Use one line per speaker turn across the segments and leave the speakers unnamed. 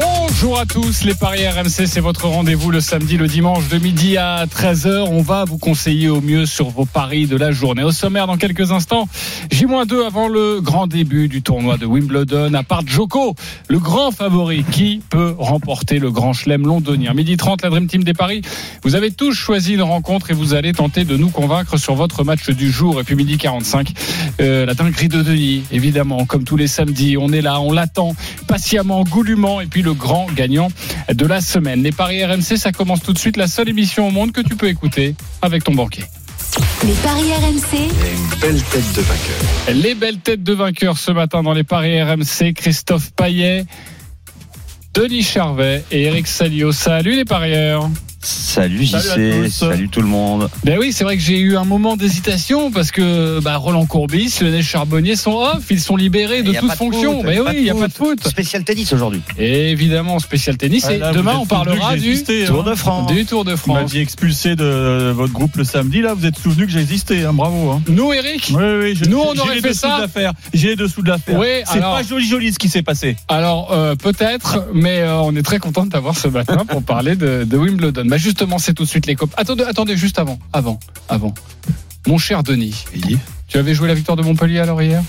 Bonjour à tous, les Paris RMC, c'est votre rendez-vous le samedi, le dimanche de midi à 13h. On va vous conseiller au mieux sur vos paris de la journée. Au sommaire, dans quelques instants, J-2 avant le grand début du tournoi de Wimbledon. À part Joko, le grand favori, qui peut remporter le grand chelem londonien Midi 30, la Dream Team des Paris. Vous avez tous choisi une rencontre et vous allez tenter de nous convaincre sur votre match du jour. Et puis midi 45, euh, la dinguerie de Denis, évidemment, comme tous les samedis. On est là, on l'attend patiemment, goulûment. Et puis le grand gagnant de la semaine. Les paris RMC, ça commence tout de suite. La seule émission au monde que tu peux écouter avec ton banquier.
Les paris RMC,
Les belles têtes de vainqueurs ce matin dans les paris RMC. Christophe Paillet, Denis Charvet et Eric Salio. Salut les parieurs.
Salut JC,
Salut à
salut,
tous.
tout le monde.
Ben oui, c'est vrai que j'ai eu un moment d'hésitation parce que bah, Roland Courbis, Lionel Charbonnier sont off, ils sont libérés de
Y a
toute
pas de
fonction.
foot,
Ben
y a
oui,
pas de
il n'y a
foot.
pas de foot.
Spécial tennis aujourd'hui.
Et évidemment, spécial tennis.
Ah,
et
là, vous
demain,
êtes
on
souvenu
parlera
que j'ai
du
existé, hein.
Tour de France.
du Tour de
Vous
France.
m'aviez expulsé de euh, votre groupe le samedi, là, vous êtes souvenu que j'existais, hein, bravo. Hein.
Nous, Eric,
Oui, oui, je-
Nous, on
j'ai
aurait
les
fait
dessous
ça.
de l'affaire. J'ai les dessous de l'affaire.
Oui,
c'est
alors-
pas joli, joli ce qui s'est passé.
Alors euh, peut-être, mais euh, on est très content de t'avoir ce matin pour parler de, de Wimbledon. Bah justement, c'est tout de suite les copes. Attendez, attendez, juste avant, avant, avant. Mon cher Denis, tu avais joué la victoire de Montpellier alors hier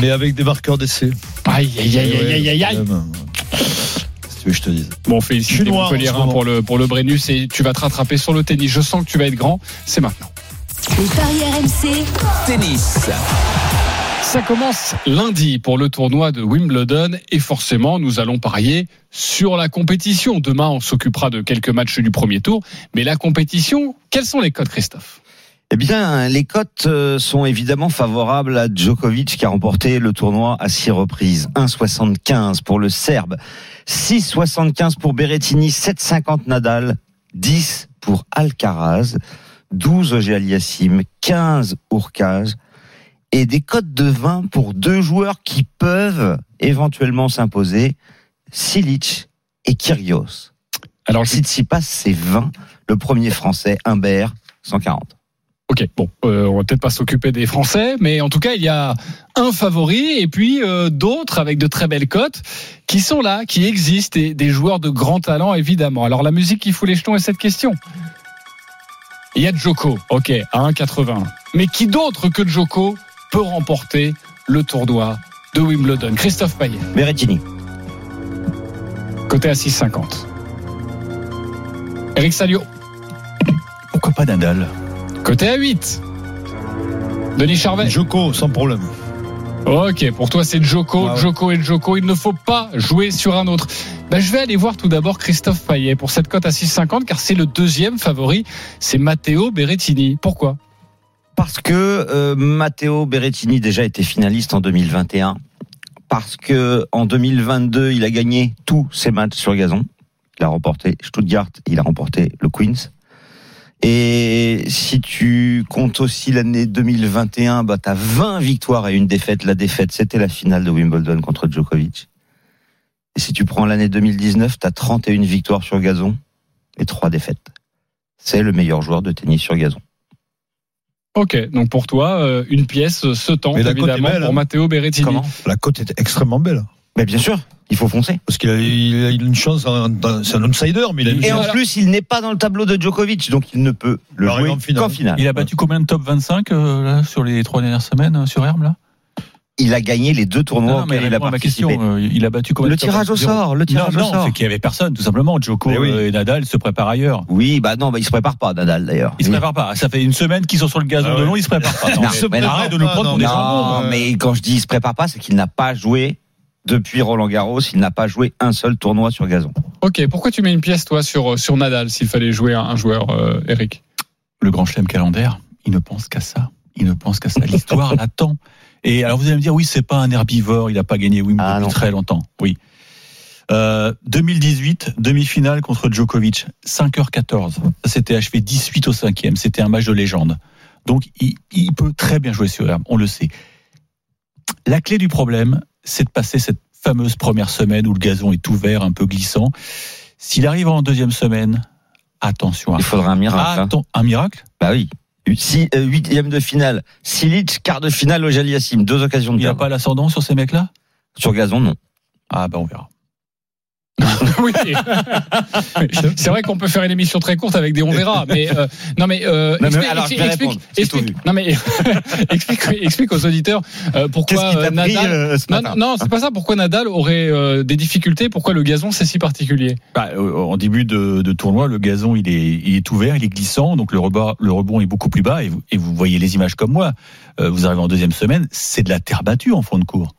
Mais avec des marqueurs d'essai.
Aïe, aïe, aïe,
Ouais,
aïe, aïe, aïe,
quand même. Si tu veux que je te dise.
Bon, félicitations
Je suis noir
Montpellier
en ce moment.
pour le pour le Brennus et tu vas te rattraper sur le tennis. Je sens que tu vas être grand. C'est maintenant.
les paris RMC,
Tennis.
Ça commence lundi pour le tournoi de Wimbledon et forcément nous allons parier sur la compétition. Demain on s'occupera de quelques matchs du premier tour, mais la compétition, quels sont les codes Christophe
Eh bien, les cotes euh, sont évidemment favorables à Djokovic qui a remporté le tournoi à six reprises. 1,75 pour le Serbe, 6,75 pour Berrettini, 7,50 Nadal, 10 pour Alcaraz, 12 Ogé Aliassim, 15 Urkaz et des cotes de 20 pour deux joueurs qui peuvent éventuellement s'imposer, Silic et Kyrgios.
Alors, je-
Tsitsipas, c'est 20. Le premier français, Humbert, 140.
ok, bon, euh, on va peut-être pas s'occuper des Français, mais en tout cas, il y a un favori et puis euh, d'autres avec de très belles cotes qui sont là, qui existent, et des joueurs de grand talent, évidemment. Alors, la musique qui fout les jetons est cette question. Il y a Djoko, ok, à 1,80. Mais qui d'autre que Djoko peut remporter le tournoi de Wimbledon Christophe Payet,
Berrettini.
côté à 6,50. Eric Salio,
Pourquoi pas Nadal
côté à 8. Denis Charvet.
Joko, sans problème.
Ok, pour toi c'est Joko,
Ah ouais.
Joko et Joko. Il ne faut pas jouer sur un autre. Bah, je vais aller voir tout d'abord Christophe Payet pour cette cote à 6,50 car c'est le deuxième favori. C'est Matteo Berrettini. Pourquoi
Parce que euh, Matteo Berrettini déjà était finaliste en 2021. Parce que en 2022, il a gagné tous ses matchs sur gazon. Il a remporté Stuttgart, il a remporté le Queens. Et si tu comptes aussi l'année 2021, bah t'as 20 victoires et une défaite. La défaite, c'était la finale de Wimbledon contre Djokovic. Et si tu prends l'année 2019, t'as 31 victoires sur gazon et 3 défaites. C'est le meilleur joueur de tennis sur gazon.
Ok, donc pour toi euh, une pièce se tente
Mais la cote est
évidemment
belle,
pour
hein.
Matteo Berrettini.
La cote est extrêmement belle. hein,
Mais bien sûr, il faut foncer.
Parce qu'il a, il a une chance, en- dans- c'est un outsider, mais il a une
Et en
chance.
plus, il n'est pas dans le tableau de Djokovic, donc il ne peut le
Par
jouer
exemple, finale.
qu'en finale.
Il a battu combien de top 25 euh, là, sur les trois dernières semaines euh, sur Herm là
Il a gagné les deux tournois auxquels il a
réponds à ma question.
participé.
euh, Il a battu combien
Le
de top
tirage au
25?
sort, le
Non,
tirage au
non,
sort. Eh
c'est qu'il y avait personne, tout simplement. Joko
Mais oui.
euh, et Nadal se préparent ailleurs.
Oui, bah non, bah il se prépare pas, Nadal d'ailleurs.
Ils se
Oui.
préparent pas. Ça fait une semaine qu'ils sont sur le gazon
Ah
de
ouais.
long, ils se préparent pas. Non,
Non,
mais
mais non,
arrête de nous
non,
prendre pour des
non.
jambons.
Non, mais quand je dis il se prépare pas, c'est qu'il n'a pas joué depuis Roland Garros, il n'a pas joué un seul tournoi sur gazon.
Ok, pourquoi tu mets une pièce toi sur euh, sur Nadal s'il fallait jouer un, un joueur euh, Eric
le grand chelem calendaire, il ne pense qu'à ça. Il ne pense qu'à ça. L'histoire l'attend. Et alors vous allez me dire, oui, c'est pas un herbivore, il n'a pas gagné Wimbledon
Ah, non.
depuis très longtemps. Oui. Euh, 2018, demi-finale contre Djokovic, 5h14. Ça s'était achevé 18 au 5e. C'était un match de légende. Donc il, il peut très bien jouer sur herbe, on le sait. La clé du problème, c'est de passer cette fameuse première semaine où le gazon est tout vert, un peu glissant. S'il arrive en deuxième semaine, attention à
Il faudra un miracle. hein.
Bah. Ah, Attends, un miracle
Bah oui. Si, euh, huitième de finale, Silic, quart de finale au Jaliassim, deux occasions de
Il n'y a
perdre.
pas l'ascendant sur ces mecs-là
Sur gazon, non.
Ah ben on verra.
Oui. c'est vrai qu'on peut faire une émission très courte avec des on verra, mais euh, non mais, euh,
Non, mais
explique,
alors,
explique-
je vais
explique-
répondre, c'est
explique-
tout vu.
non, mais explique, explique aux auditeurs euh, pourquoi euh, Nadal.
ce Hein
non, non, c'est pas ça. Pourquoi Nadal aurait euh, des difficultés Pourquoi le gazon c'est si particulier
Bah, euh, en début de, de tournoi, le gazon il est, il est ouvert, il est glissant, donc le rebond, le rebond est beaucoup plus bas. Et vous, et vous voyez les images comme moi. Euh, vous arrivez en deuxième semaine, c'est de la terre battue en fond de cours.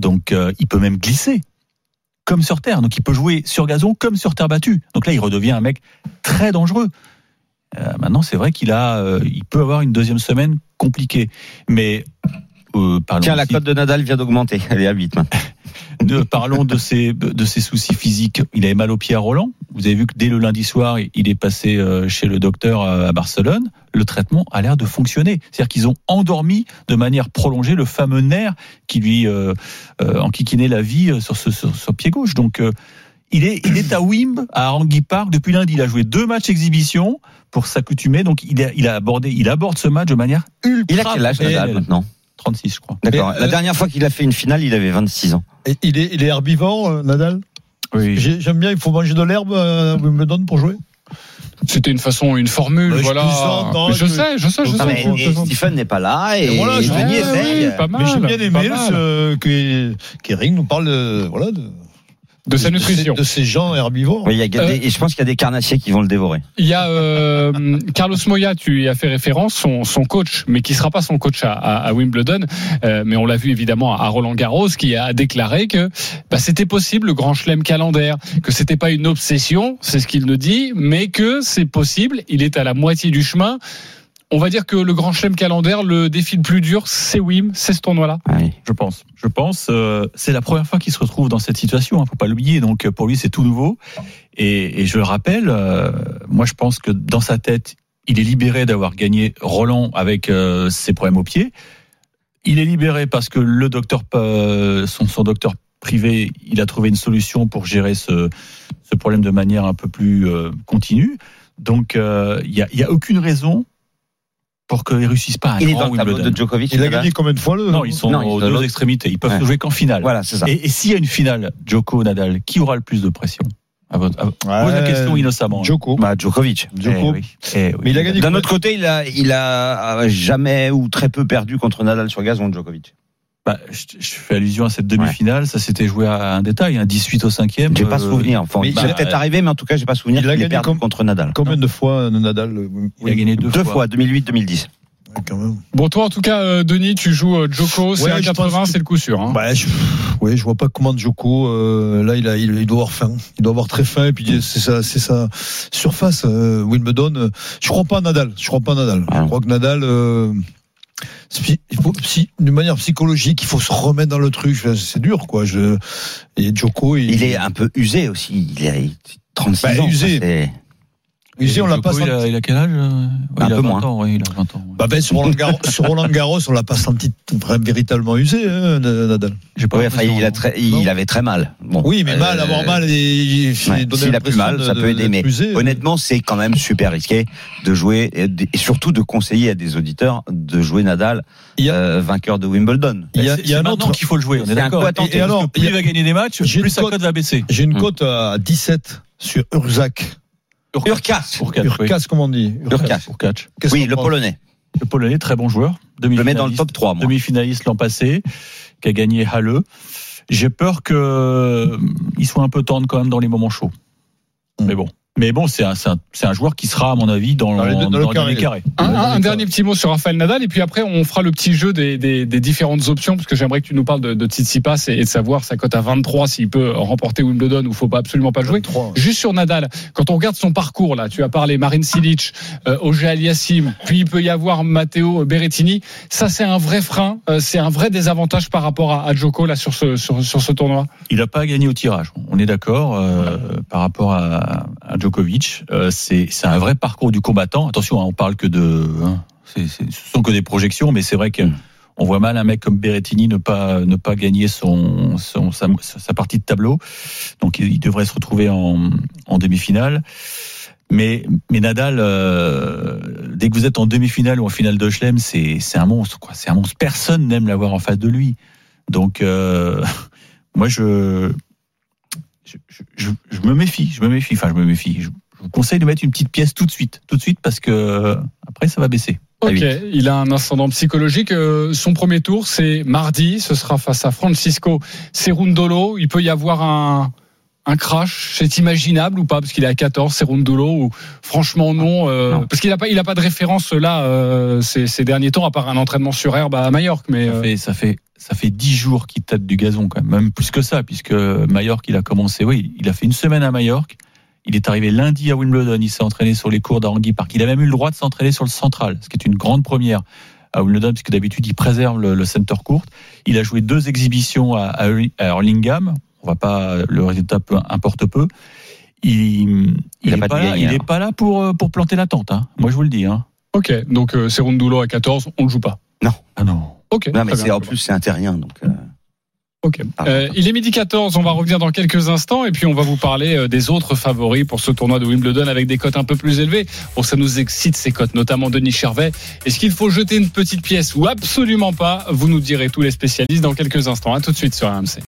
Donc euh, il peut même glisser, comme sur terre. Donc il peut jouer sur gazon comme sur terre battue. Donc là il redevient un mec très dangereux. Euh, maintenant c'est vrai qu'il a, euh, il peut avoir une deuxième semaine compliquée, mais euh, parlons
Tiens, la
aussi-
cote de Nadal vient d'augmenter. Elle est à 8 maintenant.
de, parlons de ses, de ses soucis physiques. Il avait mal au pied à Roland. Vous avez vu que dès le lundi soir, il est passé euh, chez le docteur euh, à Barcelone. Le traitement a l'air de fonctionner. C'est-à-dire qu'ils ont endormi de manière prolongée le fameux nerf qui lui euh, euh, enquiquinait la vie euh, sur ce, sur son pied gauche. Donc, euh, il est, il est à Wimb, à Anguille Park, depuis lundi. Il a joué deux matchs exhibition pour s'accoutumer. Donc, il a, il a abordé, il aborde ce match de manière ultra.
Il a quel âge, Nadal,
belle.
maintenant
36, je crois.
D'accord.
Mais,
La
euh,
dernière fois qu'il a fait une finale, il avait 26 ans.
Et Il est, il est herbivore, euh, Nadal
Oui.
J'ai- J'aime bien, il faut manger de l'herbe, euh, vous me donne pour jouer
C'était une façon, une formule,
Bah, je
voilà.
plaisante, non,
je
je-
sais, je sais, je sais.
Ah, mais-
je
et
sais.
Stephen n'est pas là et,
Et voilà,
et
je-
Denis
Ah,
essaye.
oui, pas mal,
Mais j'ai bien
pas
aimé
mal.
ce, que qu'Eric nous parle de, voilà, de,
de sa
de ces-
nutrition.
De ces gens herbivores.
Oui, il y a des-
Euh,
et je pense qu'il y a des carnassiers qui vont le dévorer.
Il y a euh, Carlos Moya, tu y as fait référence, son, son coach, mais qui sera pas son coach à, à- à Wimbledon, euh, mais on l'a vu évidemment à Roland Garros, qui a déclaré que bah, c'était possible le Grand Chelem calendaire, que c'était pas une obsession, c'est ce qu'il nous dit, mais que c'est possible. Il est à la moitié du chemin. On va dire que le Grand Chelem calendaire, le défi le plus dur, c'est Wim, c'est ce tournoi-là.
Ah oui.
Je pense. Je pense. euh, c'est la première fois qu'il se retrouve dans cette situation. Hein, faut pas l'oublier. Donc euh, pour lui, c'est tout nouveau. Et, et je le rappelle, euh, moi je pense que dans sa tête, il est libéré d'avoir gagné Roland avec euh, ses problèmes au pied. Il est libéré parce que le docteur, euh, son, son docteur privé, il a trouvé une solution pour gérer ce, ce problème de manière un peu plus euh, continue. Donc euh, il n'y a, il y a aucune raison pour qu'il réussisse pas à un
Il est
grand
dans le tableau
Wimbledon.
de Djokovic.
Il a
Nadal.
gagné combien de fois le
Non, ils sont
Non, ils
aux
sont
deux
l'autre.
extrémités. Ils peuvent
Ouais.
se jouer qu'en finale.
Voilà, c'est ça.
Et, et s'il y a une finale, Djoko Nadal, qui aura le plus de pression à votre, à- Pose la
Ouais,
question innocemment.
Djoko.
Bah, Djokovic.
Eh
Djoko.
oui. Eh oui.
Mais il a gagné
D'un
combien-
autre côté, il a, il a euh, jamais ou très peu perdu contre Nadal sur gazon, Djokovic.
Bah, je, je fais allusion à cette demi-finale. Ça s'était joué à un détail, un 18 au 5e.
J'ai pas
Euh,
souvenir. Enfin,
mais
il
bah,
est peut-être arrivé, mais en tout cas, j'ai pas souvenir
il a
qu'il ait
gagné
perdu
comme-
contre Nadal.
Combien de fois euh, Nadal euh,
Il a gagné deux,
Deux fois, 2008-2010.
Ouais, quand même.
Bon, toi en tout cas, euh, Denis, tu joues euh, Djoko, c'est
Ouais,
à
je
80,
pense que-
c'est le coup sûr. hein.
Bah, je, ouais, je vois pas comment Djoko, euh, là, il, a, il, il doit avoir faim. Il doit avoir très faim. Et puis, c'est sa, c'est sa surface, euh, Wimbledon. Euh, Je crois pas à Nadal. Je crois pas à Nadal.
Ah.
Je crois que Nadal, euh, spi- il faut- psy- d'une manière psychologique, il faut se remettre dans le truc. Je- C'est dur, quoi. Je, et Djoko, il,
Il est un peu usé aussi. Il a 36
Bah,
ans.
usé.
ça, c'est-
il dit, on l'a pas
Djoko,
senti.
il a, il a quel âge euh, ouais,
Un
il a
peu
20
moins.
Ans, ouais, il a 20 ans. ouais.
Bah, ben, sur Roland Garros, sur Roland Garros, on l'a pas senti vraiment, véritablement usé, hein, Nadal.
J'ai pas
Ouais, enfin,
l'impression,
il, a
non.
très- il avait très mal. Bon,
Oui, mais mal,
euh,
avoir mal, et, et
Ouais,
donner
S'il a plus
l'impression
mal,
de-
ça peut
de- euh,
aider.
d'être
Mais
usé.
honnêtement, c'est quand même super risqué de jouer et, de- et surtout de conseiller à des auditeurs de jouer Nadal
Il y a-
euh, vainqueur de Wimbledon.
Il y a,
C'est-
il y a
c'est
un
maintenant
autre.
qu'il faut le jouer. On
C'est
est
un
d'accord.
peu attentif.
Parce que
Et alors,
plus
il y a-
il va gagner des matchs,
J'ai
plus
une
sa
cote-
cote va baisser.
J'ai une
Hmm.
cote à 17 sur Urzac.
Urkas.
Pour quatre, oui.
Urkas, comment on dit
Urkas.
Pour quatre.
Qu'est-ce
Oui,
qu'on
le
pense
Polonais.
Le Polonais, très bon joueur.
Je le mets dans le top 3, moi.
demi-finaliste l'an passé, qui a gagné Halle. J'ai peur que euh, il soit un peu tendre quand même dans les moments chauds.
Hmm.
Mm.
Mais bon. Mais bon, c'est un, c'est un- c'est un joueur qui sera, à mon avis, dans,
Dans les- dans le
dernier
carré.
Un, un- un
D'accord.
dernier petit mot sur Rafael Nadal et puis après on fera le petit jeu des, des- des différentes options parce que j'aimerais que tu nous parles de, de Tsitsipas et, et de savoir sa cote à 23 s'il peut remporter Wimbledon ou faut pas absolument pas jouer.
23, ouais.
Juste sur Nadal, quand on regarde son parcours là, tu as parlé Marin Cilic, euh, Auger Aliassim, puis il peut y avoir Matteo Berrettini. Ça c'est un vrai frein, euh, c'est un vrai désavantage par rapport à, à Djoko là sur ce sur, sur ce tournoi.
Il n'a pas gagné au tirage. On est d'accord euh, par rapport à, à Djokovic. Euh, c'est c'est un vrai parcours du combattant. Attention, hein, on parle que de. hein, c'est- c'est- ce sont que des projections, mais c'est vrai que.
Mm.
On voit mal un mec comme Berrettini ne pas ne pas gagner son, son sa, sa partie de tableau. Donc il, il devrait se retrouver en, en demi-finale. Mais, mais Nadal, euh, dès que vous êtes en demi-finale ou en finale de Chelem, c'est c'est un monstre. quoi. C'est un monstre. Personne n'aime l'avoir en face de lui. Donc euh, moi je je, je- je- je me méfie, je me méfie, enfin je me méfie. Je, je vous conseille de mettre une petite pièce tout de suite, tout de suite parce que euh, après ça va baisser.
Ok,
Très
il a un ascendant psychologique. Euh, son premier tour, c'est mardi. Ce sera face à Francisco Cerundolo. Il peut y avoir un, un crash. C'est imaginable ou pas Parce qu'il est à 14, Cerundolo. Ou, franchement, non. euh,
Ah, Non.
Parce qu'il n'a pas, il a pas de référence là euh, ces, ces derniers temps, à part un entraînement sur herbe à Majorque. Mais,
Ça
euh,
fait ça fait ça fait dix jours qu'il tâte du gazon quand même, même plus que ça puisque Majorque il a commencé, oui, il a fait une semaine à Majorque. Il est arrivé lundi à Wimbledon, il s'est entraîné sur les cours d'Arangui Park. Il a même eu le droit de s'entraîner sur le central, ce qui est une grande première à Wimbledon puisque d'habitude il préserve le, le center court. Il a joué deux exhibitions à, à Hurli- à Hurlingham. On va pas le résultat peu, importe peu. Il, il
a
est
pas de
pas, là,
gagner,
il est
hein.
pas là pour euh, pour planter la tente. hein. Moi je vous le dis. Hein.
ok, donc euh, Cerundolo à 14, on ne joue pas.
Ah non.
Ok.
Non,
très
mais c'est-
bien.
en plus, c'est un terrien. Donc, euh,
Ok. Euh, il est midi 14, on va revenir dans quelques instants et puis on va vous parler euh, des autres favoris pour ce tournoi de Wimbledon avec des cotes un peu plus élevées. Bon, ça nous excite ces cotes, notamment Denis Chervet. Est-ce qu'il faut jeter une petite pièce ou absolument pas Vous nous direz tous les spécialistes dans quelques instants. À tout de suite sur RMC.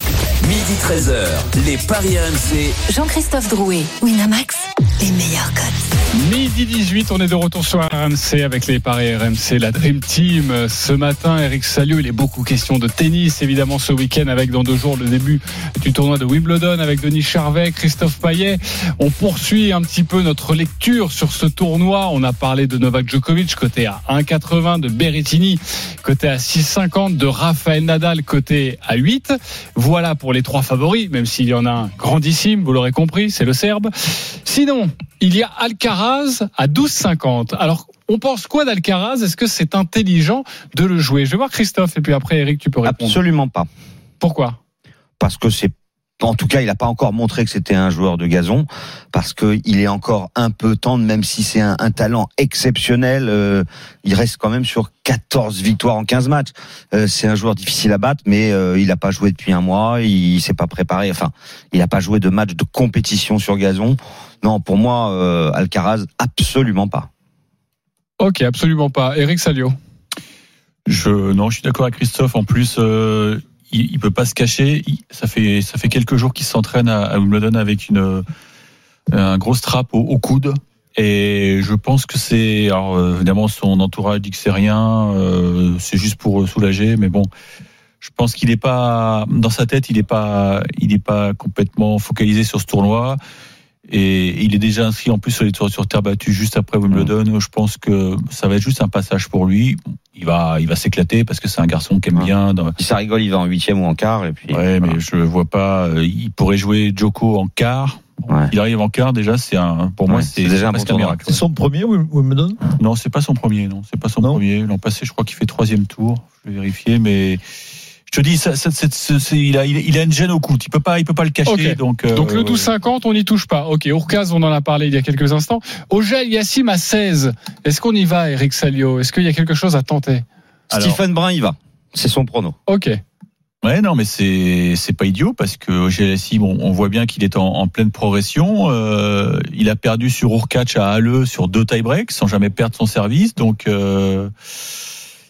Midi 13h, les Paris RMC.
Jean-Christophe Drouet, Winamax, les meilleurs cotes.
Midi 18, on est de retour sur RMC avec les paris RMC, la Dream Team. Euh, Ce matin, Eric Salio, il est beaucoup question de tennis, évidemment, ce week-end, avec dans deux jours le début du tournoi de Wimbledon avec Denis Charvet, Christophe Payet. On poursuit un petit peu notre lecture sur ce tournoi. On a parlé de Novak Djokovic, côté à 1,80, de Berrettini, côté à 6,50, de Rafael Nadal, côté à 8. Voilà pour les trois favoris, même s'il y en a un grandissime, vous l'aurez compris, c'est le Serbe. Sinon, il y a Alcaraz à 12,50. Alors, on pense quoi d'Alcaraz Est-ce que c'est intelligent de le jouer Je vais voir Christophe et puis après, Eric, tu peux répondre.
absolument pas.
Pourquoi
parce que c'est en tout cas, il n'a pas encore montré que c'était un joueur de gazon, parce que il est encore un peu tendre, même si c'est un, un talent exceptionnel. euh, il reste quand même sur 14 victoires en 15 matchs. Euh, c'est un joueur difficile à battre, mais euh, il n'a pas joué depuis un mois, il, s'est pas préparé. Enfin, il n'a pas joué de match de compétition sur gazon. Non, pour moi, euh, Alcaraz, absolument pas.
Ok, absolument pas. Eric Salio.
Je non, je suis d'accord avec Christophe. En plus, euh, il, il peut pas se cacher. Il- ça fait ça fait quelques jours qu'il s'entraîne à, à Wimbledon avec une euh, un gros strap au, au coude. Et je pense que c'est alors euh, évidemment son entourage dit que c'est rien. euh, c'est juste pour soulager, mais bon. Je pense qu'il est pas dans sa tête, il est pas, il est pas complètement focalisé sur ce tournoi. Et il est déjà inscrit en plus sur les tours sur terre battue juste après Wimbledon. Je pense que ça va être juste un passage pour lui. Il va, il va s'éclater parce que c'est un garçon qui aime
Ouais.
bien. dans-
Si ça rigole, il va en huitième ou en quart, et puis.
Ouais,
voilà.
mais je vois pas. euh, Il pourrait jouer Joko en quart. Bon,
Ouais.
Il arrive en quart déjà. C'est un, pour moi,
Ouais,
c'est
c'est déjà
c'est
un
presque
bon tournoi.
miracle.
C'est son premier Wim- Wimbledon
Non, c'est pas son premier. Non, c'est pas son
Non.
premier. L'an passé, je crois qu'il fait troisième tour. Je vais vérifier, mais. Je te dis, ça, ça- c'est- c'est- c'est- il, a, il, il a une gêne au coude. Il peut pas, il peut pas le cacher.
Ok.
Donc, euh,
Donc le
ouais.
12,50, on n'y touche pas. Ok, Urkaz, on en a parlé il y a quelques instants. Ogel Yassim à 16. Est-ce qu'on y va, Eric Salio Est-ce qu'il y a quelque chose à tenter
Alors-
Stephen Brun, il va. C'est son prono.
Ok.
Ouais, non, mais c'est c'est pas idiot parce que au GLSI, bon, on voit bien qu'il est en, en pleine progression. Euh, il a perdu sur Urkac à Halle sur deux tie breaks sans jamais perdre son service. Donc euh,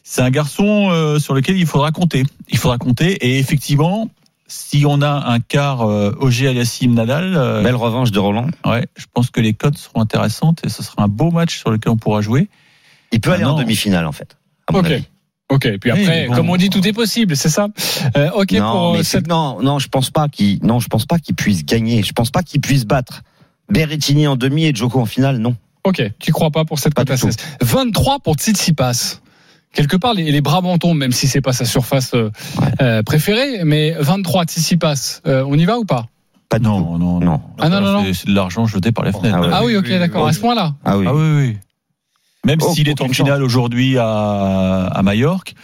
c'est un garçon euh, sur lequel il faudra compter. Il faudra compter et effectivement. Si on a un quart euh, OG Aliassim Nadal, euh,
Belle revanche de Roland.
ouais, je pense que les cotes seront intéressantes et ce sera un beau match sur lequel on pourra jouer.
Il peut
Ah
aller en
non.
demi-finale, en fait. à mon
Ok.
avis.
Ok. Et puis
Oui,
après,
mais bon.
comme on dit, tout est possible, c'est ça Euh, Ok
non,
pour
mais
euh,
c'est-
cette.
non, non, je pense pas qu'il, non, je pense pas qu'il puisse gagner. Je pense pas qu'il puisse battre Berrettini en demi et Djoko en finale. Non.
Ok, tu crois pas pour cette
Pas
cote à
du tout.
16. 23 pour Tsitsipas. Quelque part, les, les Brabantons, même si c'est pas sa surface euh, euh, préférée, mais 23 Tsitsipas, euh, on y va ou pas
Pas du tout.
Non, non, non.
Non.
Ah, non, non, non.
C'est- C'est de l'argent jeté par la fenêtre.
Ah ouais.
Ah oui, ok,
oui, oui,
d'accord.
oui.
À ce point-là.
Ah oui.
Ah oui, oui. Même
Oh,
s'il est en
aucune
finale aujourd'hui à, à Majorque,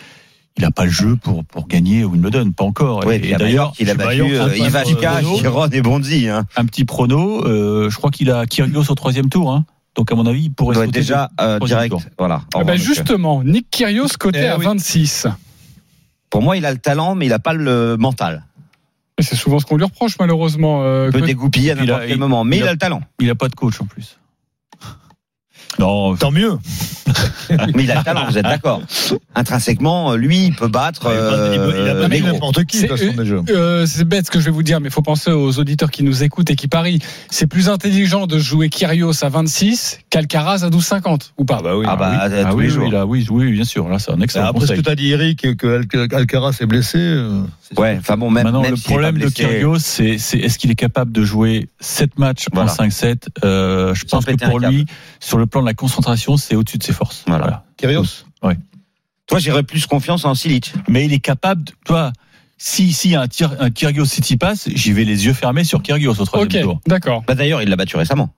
il n'a pas le jeu pour, pour gagner au Wimbledon, pas encore.
Ouais,
Et-
puis
et
à
d'ailleurs,
Majorque, il a
sur
battu
Majorque,
euh,
un petit
Ivanka,
prono-
Giron et Bondy. Hein.
Un petit prono, euh, je crois qu'il a Kyrgios au troisième tour. hein. Donc à mon avis, il pourrait
doit
sauter
déjà euh,
troisième
direct.
tour.
Voilà. Au
Eh
revoir,
ben
monsieur.
justement, Nick Kyrgios côté
Eh
à
oui.
26.
Pour moi, il a le talent, mais il n'a pas le mental.
Et c'est souvent ce qu'on lui reproche, malheureusement. euh,
Il peut
Claude.
dégoupiller à
il a-
n'importe quel
il-
moment, mais
il
il
a-
a le talent.
Il a pas de coach en plus. Non,
Tant mieux.
Mais il a le talent, vous êtes d'accord Intrinsèquement, lui, il peut battre euh,
il a pas
les
mis
gros.
n'importe qui, de toute
C'est-
façon, déjà.
Euh, c'est bête ce que je vais vous dire, mais il faut penser aux auditeurs qui nous écoutent et qui parient. C'est plus intelligent de jouer Kyrios à 26 qu'Alcaraz à 12,50 ou pas
bah oui,
Ah bah,
oui.
à tous
oui,
les
oui,
jours.
là, oui, oui, bien sûr. Là, c'est un excellent
Bah, Après ce
conseil.
que t'as dit, Eric, que Al- Alcaraz est blessé. euh, c'est-
Ouais, enfin bon, même,
Maintenant,
même
le
s'il est pas
problème de
blessé,
Kyrgios, c'est c'est est-ce qu'il est capable de jouer 7 matchs
Voilà.
en 5-7 Euh, Je
Sans
pense que
péter un
pour lui, sur le plan de la concentration, c'est au-dessus de ses forces.
Voilà.
Kyrgios.
Toi, j'aurais plus confiance en Silic.
Mais il est capable, de- toi, si si un, tir, un Kyrgios City passe, j'y vais les yeux fermés sur Kyrgios au troisième
Ok,
tour.
d'accord.
Bah, D'ailleurs, il l'a battu récemment.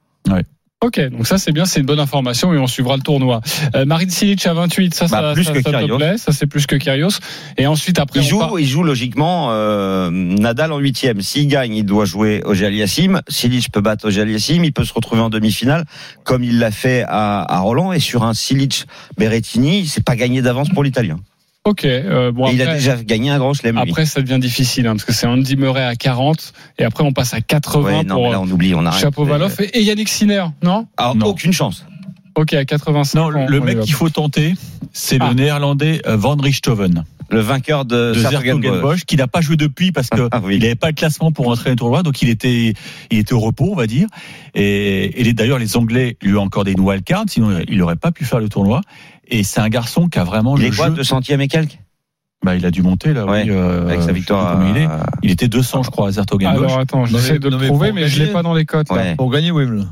Ok, donc ça c'est bien, c'est une bonne information et on suivra le tournoi. Euh, Marine Silic à 28, ça,
Bah,
ça,
plus
ça,
que
ça te
Kyrgios.
plaît, ça c'est plus que Kyrios. Et ensuite après
Il
on part-
joue, il joue logiquement euh, Nadal en huitième. S'il gagne, il doit jouer Ogaliassim. Silic peut battre Ogaliassim. Il peut se retrouver en demi-finale, comme il l'a fait à, à Roland. Et sur un Silic Berrettini, c'est pas gagné d'avance pour l'Italien.
Ok, euh, bon
Et il a
après-
déjà gagné un grand chelem. lui.
Après, ça devient difficile, hein, parce que c'est Andy Murray à 40, et après, on passe à 80
Ouais, non, mais là
pour
on oublie, on arrête. euh,
Chapeau Valoff et, et Yannick Sinner, non
Alors,
Non.
aucune chance.
Ok, à 85.
Non,
on-
le
on y
mec
va.
qu'il faut tenter, c'est
Ah.
le néerlandais euh, Van Richthoven
Le vainqueur de,
de
Sertogenbosch.
Zertogenbosch, qui n'a pas joué depuis parce que
Ah oui.
Il n'avait pas de classement pour entrer au tournoi, donc il était, il était au repos, on va dire. Et, et les- d'ailleurs, les Anglais lui ont encore des wildcards, sinon il n'aurait pas pu faire le tournoi. Et c'est un garçon qui a vraiment
Il
le
est quoi,
jeu.
200 e et quelques
Bah, il a dû monter là,
Ouais,
oui, euh,
Avec
je
sa
sais plus
victoire. euh,
combien il, est.
à-
il était 200, je crois, à Zertogenbosch.
Ah, Alors attends,
Non,
j'essaie
mais-
de le
non, mais
trouver,
pour
mais je l'ai
gagner-
pas dans les cotes. là.
Ouais.
Pour gagner Wimbledon.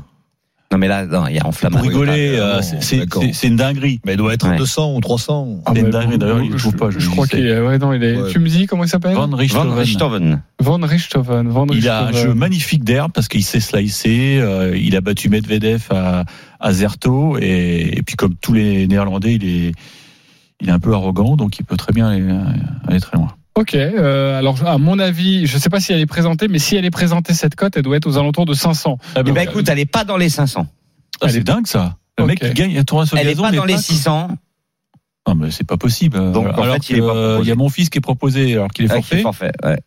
Non, mais là, non, il y a, on flamme.
Pour rigoler,
ah,
pas,
euh,
non,
c'est- c'est
d'accord.
c'est- c'est une dinguerie.
Mais il doit être
Ouais.
200 ou 300.
Ah,
C'est une
bah,
dinguerie, d'ailleurs, il le trouve pas,
Je,
je
crois
sais.
qu'il est. Ouais, non, il est.
Ouais.
Tu me dis comment il s'appelle
Van
Van
Richthoven.
Richthoven.
Van Richthoven. Van
Il a un
Richthoven.
jeu magnifique d'herbe parce qu'il s'est slicé. euh, il a battu Medvedev à, à Zerto et, et puis comme tous les Néerlandais, il est il est un peu arrogant, donc il peut très bien aller, aller très loin.
Ok, euh, alors à mon avis, je sais pas si elle est présentée, mais si elle est présentée cette cote, elle doit être aux alentours de 500.
Eh ben, écoute, elle est pas dans les 500.
Ah,
elle
c'est
est-
dingue ça. Le
Ok.
mec qui gagne un tournoi sur
Elle est
gazon,
pas
il est
dans les
pas-
600.
Non, mais c'est pas possible. euh,
Donc, en
alors
fait, il est
que,
pas proposé. Ah,
euh, il y a mon fils qui est proposé alors qu'il est
Avec les
forfait.
forfaits, ouais.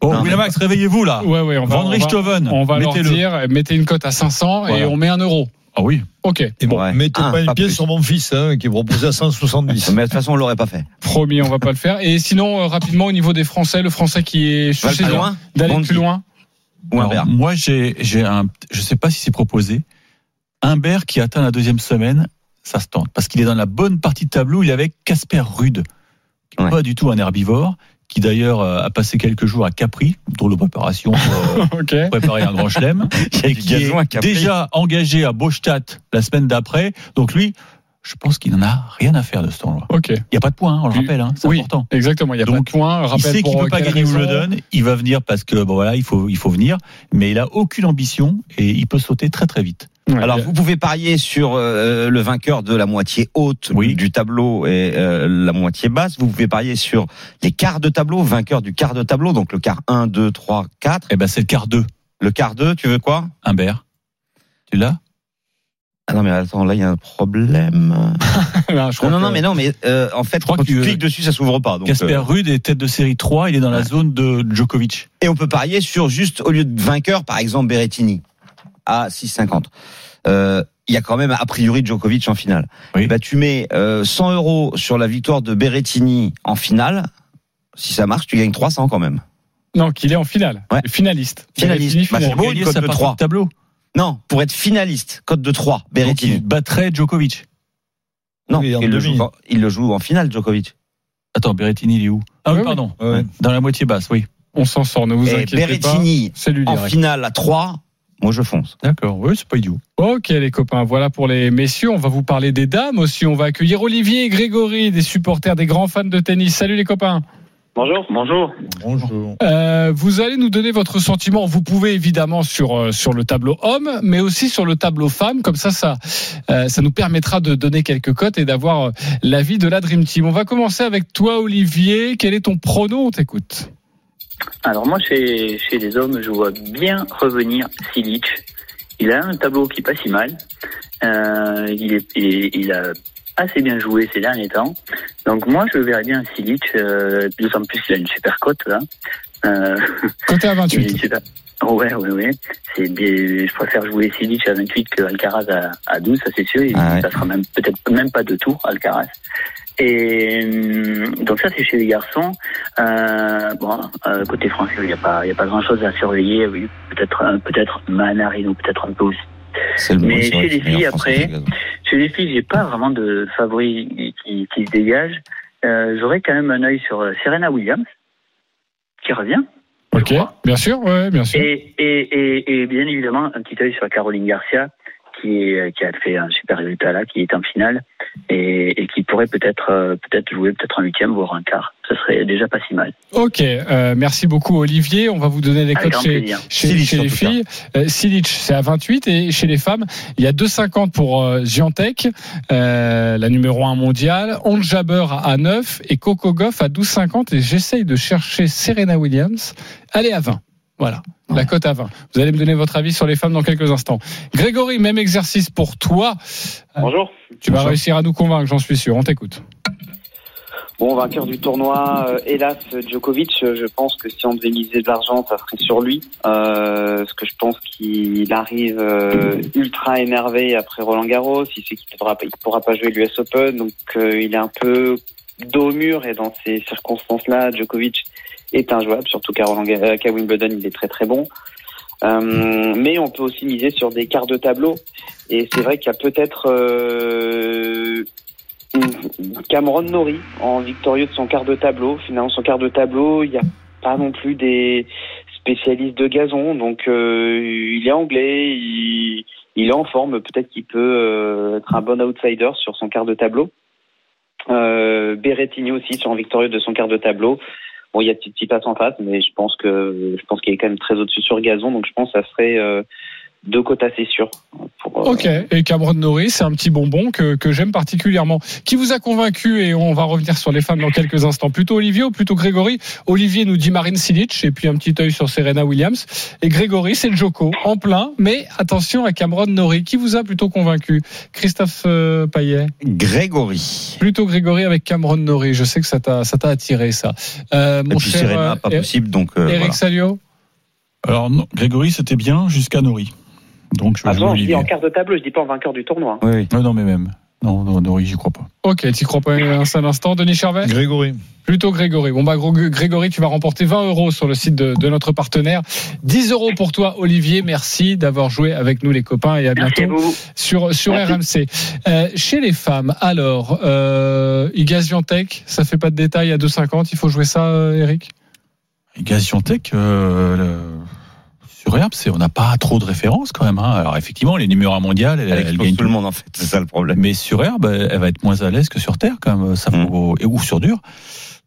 Oh,
Non,
Winamax, réveillez-vous là.
Ouais, ouais, on va,
Ah. Van
on va-
Richthoven,
on va leur
mettez-le.
dire, mettez une cote à 500 et
Voilà.
on met un euro.
Ah oui.
Ok,
Et bon,
Ouais.
mettez
Un,
pas une
pas
pièce
plus.
sur mon fils, hein, qui est proposé à 170.
Mais de toute façon, on l'aurait pas fait.
promis, on va pas le faire. Et sinon, euh, rapidement, au niveau des Français, le Français qui est
Plus
susceptible
loin
d'aller
Bondy.
plus loin.
Ou un
Alors,
verre.
Moi, j'ai, j'ai un, je sais pas si c'est proposé, un Humbert qui atteint la deuxième semaine, ça se tente. Parce qu'il est dans la bonne partie de tableau, il est avec Casper Rude, qui n'est
Ouais.
pas du tout un herbivore, qui d'ailleurs euh, a passé quelques jours à Capri, dont la préparation pour euh,
Ok.
préparer un grand chelem,
Il y a
et
du
qui est
gazon à Capri.
déjà engagé à Bostadt la semaine d'après. Donc lui, je pense qu'il n'en a rien à faire de ce tournoi.
Ok.
Il n'y a pas de points, hein, on le
Oui.
rappelle, hein, c'est
oui,
important.
exactement. Il y a
Donc,
pas de point.
Il
Rappel
sait qu'il
pour
peut pas
quelle
gagner
raison.
Wimbledon. Il va venir parce que bon voilà, il faut il faut venir, mais il a aucune ambition et il peut sauter très très vite.
Ouais,
Alors,
il y a-
vous pouvez parier sur euh, le vainqueur de la moitié haute
Oui.
du tableau et euh, la moitié basse. Vous pouvez parier sur les quarts de tableau, vainqueur du quart de tableau, donc le quart 1, 2, 3, 4.
Eh ben c'est le quart 2,
Le quart 2, tu veux quoi
Humbert. Tu l'as
Ah non, mais attends, là, il y a un problème.
Non, Eh ben, je crois
Non, non,
que-
non, mais non, mais euh, en fait,
Je crois
quand tu
que-
cliques dessus, ça s'ouvre pas. Donc,
Casper
euh,
Rude est tête de série 3, il est dans la
Ouais.
zone de Djokovic.
et on peut parier sur juste, au lieu de vainqueur, par exemple, Berrettini, à 6,50. Euh, Il y a quand même, a priori, Djokovic en finale.
Oui.
Eh ben, tu mets euh, 100 euros sur la victoire de Berrettini en finale. Si ça marche, tu gagnes 300 quand même.
Non, qu'il est en finale.
Ouais.
Finaliste.
Finaliste.
Fini,
Bah,
finale.
c'est beau, une
Gagner
cote
sa
de
partie
3.
de tableau.
Non, pour être finaliste, cote de 3,
Donc, il
Berrettini.
battrait Djokovic.
non,
Oui, en
il, le
demi.
joue, en- il le joue en finale, Djokovic.
Attends, Berrettini, il est où Ah oui,
Ouais,
pardon.
ouais. Ouais.
Dans la moitié basse, oui.
On s'en sort, ne vous
Et
inquiétez pas.
Berrettini
C'est lui
eh, en
direct.
finale à 3, moi je fonce.
D'accord. Oui, c'est pas idiot.
Ok les copains, voilà pour les messieurs. On va vous parler des dames aussi. On va accueillir Olivier et Grégory, des supporters, des grands fans de tennis. Salut les copains.
Bonjour. Bonjour.
Bonjour.
Euh, vous allez nous donner votre sentiment. Vous pouvez évidemment sur euh, sur le tableau homme, mais aussi sur le tableau femme. Comme ça, ça euh, ça nous permettra de donner quelques cotes et d'avoir euh, l'avis de la Dream Team. On va commencer avec toi, Olivier. Quel est ton prono On t'écoute.
Alors moi, chez, chez les hommes, je vois bien revenir Silic. Il a un tableau qui est pas si mal. Euh, il, est, il, est- il a assez bien joué ces derniers temps. Donc moi, je verrais bien Silic, euh, d'autant plus qu'il a une super cote là. Euh,
Côté à
il a
28.
une super- Ouais, ouais, ouais. C'est bien- Je préfère jouer Silic à 28 que Alcaraz à, à 12, ça c'est sûr. Il
Ah ouais.
passera même peut-être même pas deux tours Alcaraz. Et euh, donc ça c'est chez les garçons. Euh, bon, euh, côté français, il n'y a pas, il y a pas grand-chose à surveiller. Oui, peut-être, un- peut-être Manarino, peut-être un peu aussi.
C'est le
Mais
mot, c'est
chez les
vrai, c'est le
filles,
meilleur français
après,
sur le gazon.
chez les filles, j'ai pas vraiment de favoris qui, qui se dégagent. Euh, J'aurais quand même un œil sur euh, Serena Williams, qui revient. je
Ok,
crois.
bien sûr, ouais, bien sûr.
Et, et, et, et bien évidemment, un petit œil sur Caroline Garcia, qui, est, qui a fait un super résultat là, qui est en finale, et, et qui pourrait peut-être euh, peut-être jouer peut-être un huitième, voire un quart. Ce serait déjà pas si mal.
Ok, euh, merci beaucoup Olivier. On va vous donner les
Avec
codes
grand
chez,
plaisir.
chez,
Silic,
chez
en
les
tout cas.
filles. Euh, Silic, c'est à 28 et chez les femmes, il y a 2,50 pour euh, Giantec, euh, la numéro 1 mondiale, Ons Jabeur à 9 et Coco Goff à 12,50 et j'essaye de chercher Serena Williams. Elle est à 20. Voilà, la cote à 20. Vous allez me donner votre avis sur les femmes dans quelques instants. Grégory, même exercice pour toi.
Bonjour.
Tu vas réussir à nous convaincre, j'en suis sûr. On t'écoute.
Bon, vainqueur du tournoi, euh, hélas, Djokovic, euh, je pense que si on devait miser de l'argent, ça serait sur lui. Euh, parce que je pense qu'il arrive euh, ultra énervé après Roland Garros. Il sait qu'il ne pourra, pas- il pourra pas jouer l'US Open. Donc, euh, il est un peu dos au mur. Et dans ces circonstances-là, Djokovic est injouable. Surtout qu'à Roland Ga- euh, qu'à Wimbledon, il est très très bon. Euh, mais on peut aussi miser sur des quarts de tableau. Et c'est vrai qu'il y a peut-être euh, Cameron Nori en victorieux de son quart de tableau. Finalement, son quart de tableau, il n'y a pas non plus des spécialistes de gazon. Donc, euh, il est anglais, il, il est en forme. Peut-être qu'il peut euh, être un bon outsider sur son quart de tableau. Euh, Berrettini aussi sur un victorieux de son quart de tableau. Bon, il y a petit passe en face, mais je pense que je pense qu'il est quand même très au-dessus sur gazon. Donc, je pense que ça serait euh, deux côtes assez sûres. Pour, euh,
Ok, et Cameron Norrie, c'est un petit bonbon que, que j'aime particulièrement. Qui vous a convaincu Et on va revenir sur les femmes dans quelques instants. Plutôt Olivier ou plutôt Grégory Olivier nous dit Marine Silic, et puis un petit œil sur Serena Williams. Et Grégory, c'est le Joko, en plein, mais attention à Cameron Norrie. Qui vous a plutôt convaincu Christophe euh, Payet
Grégory.
Plutôt Grégory avec Cameron Norrie. Je sais que ça t'a ça t'a attiré, ça. Euh,
Et
mon
puis
cher
Serena,
euh,
pas
Eric-
possible, donc euh,
Eric
voilà.
Salio
Alors, non, Grégory, c'était bien jusqu'à Nori. Donc,
Ah
je vais jouer
Attends, je dis
Olivier.
en quart de tableau, je dis pas en vainqueur du tournoi.
Oui, oui.
Non, non, mais même. Non, non, Nori, j'y crois pas.
Ok, t'y crois pas un seul instant. Denis Charvet
Grégory.
Plutôt Grégory. Bon bah Gro- Grégory, tu vas remporter 20 euros sur le site de, de notre partenaire. 10 euros pour toi Olivier. Merci d'avoir joué avec nous les copains et à
Merci à
bientôt
vous.
sur sur
Merci.
RMC. Euh, chez les femmes, alors euh, Igaziantec, ça fait pas de détail à 2,50. Il faut jouer ça, euh, Eric.
Gaziantec, euh, le- sur Herbe, c'est- on n'a pas trop de références quand même. hein. Alors, effectivement, les numéros 1 mondiales, elle,
Elle
elle
expose
gagne
tout le monde, Mm. en fait. C'est ça le problème.
Mais sur herbe, elle va être moins à l'aise que sur terre, quand même, ça faut- et- ou sur dur.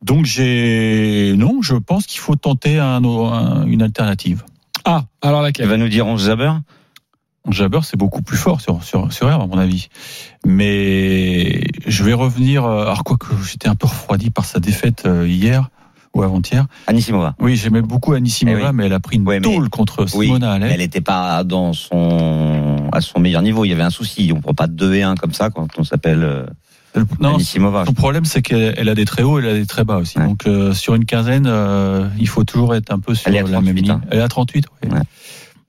Donc j'ai non, je pense qu'il faut tenter un- un- une alternative.
Ah, alors
Elle
laquelle
va nous dire on Zaber
Jabber, c'est beaucoup plus fort sur, sur, sur herbe, à mon avis. Mais je vais revenir. euh, Alors quoi que j'étais un peu refroidi par sa défaite euh, hier ou avant-hier.
Anissimova.
Oui, j'aimais beaucoup Anissimova,
Eh oui.
mais elle a pris une
Ouais, mais-
tôle contre
Oui,
Simona Halep.
mais elle n'était pas dans son à son meilleur niveau. Il y avait un souci. On prend pas 2 et 1 comme ça quand on s'appelle euh,
Elle- Non,
Anisimova.
Son problème, c'est qu'elle elle a des très hauts, elle a des très bas aussi.
Ouais.
Donc euh, sur une quinzaine, euh, il faut toujours être un peu sur
Elle est à
la même
38,
ligne.
hein.
Elle est à 38. ouais.
Ouais.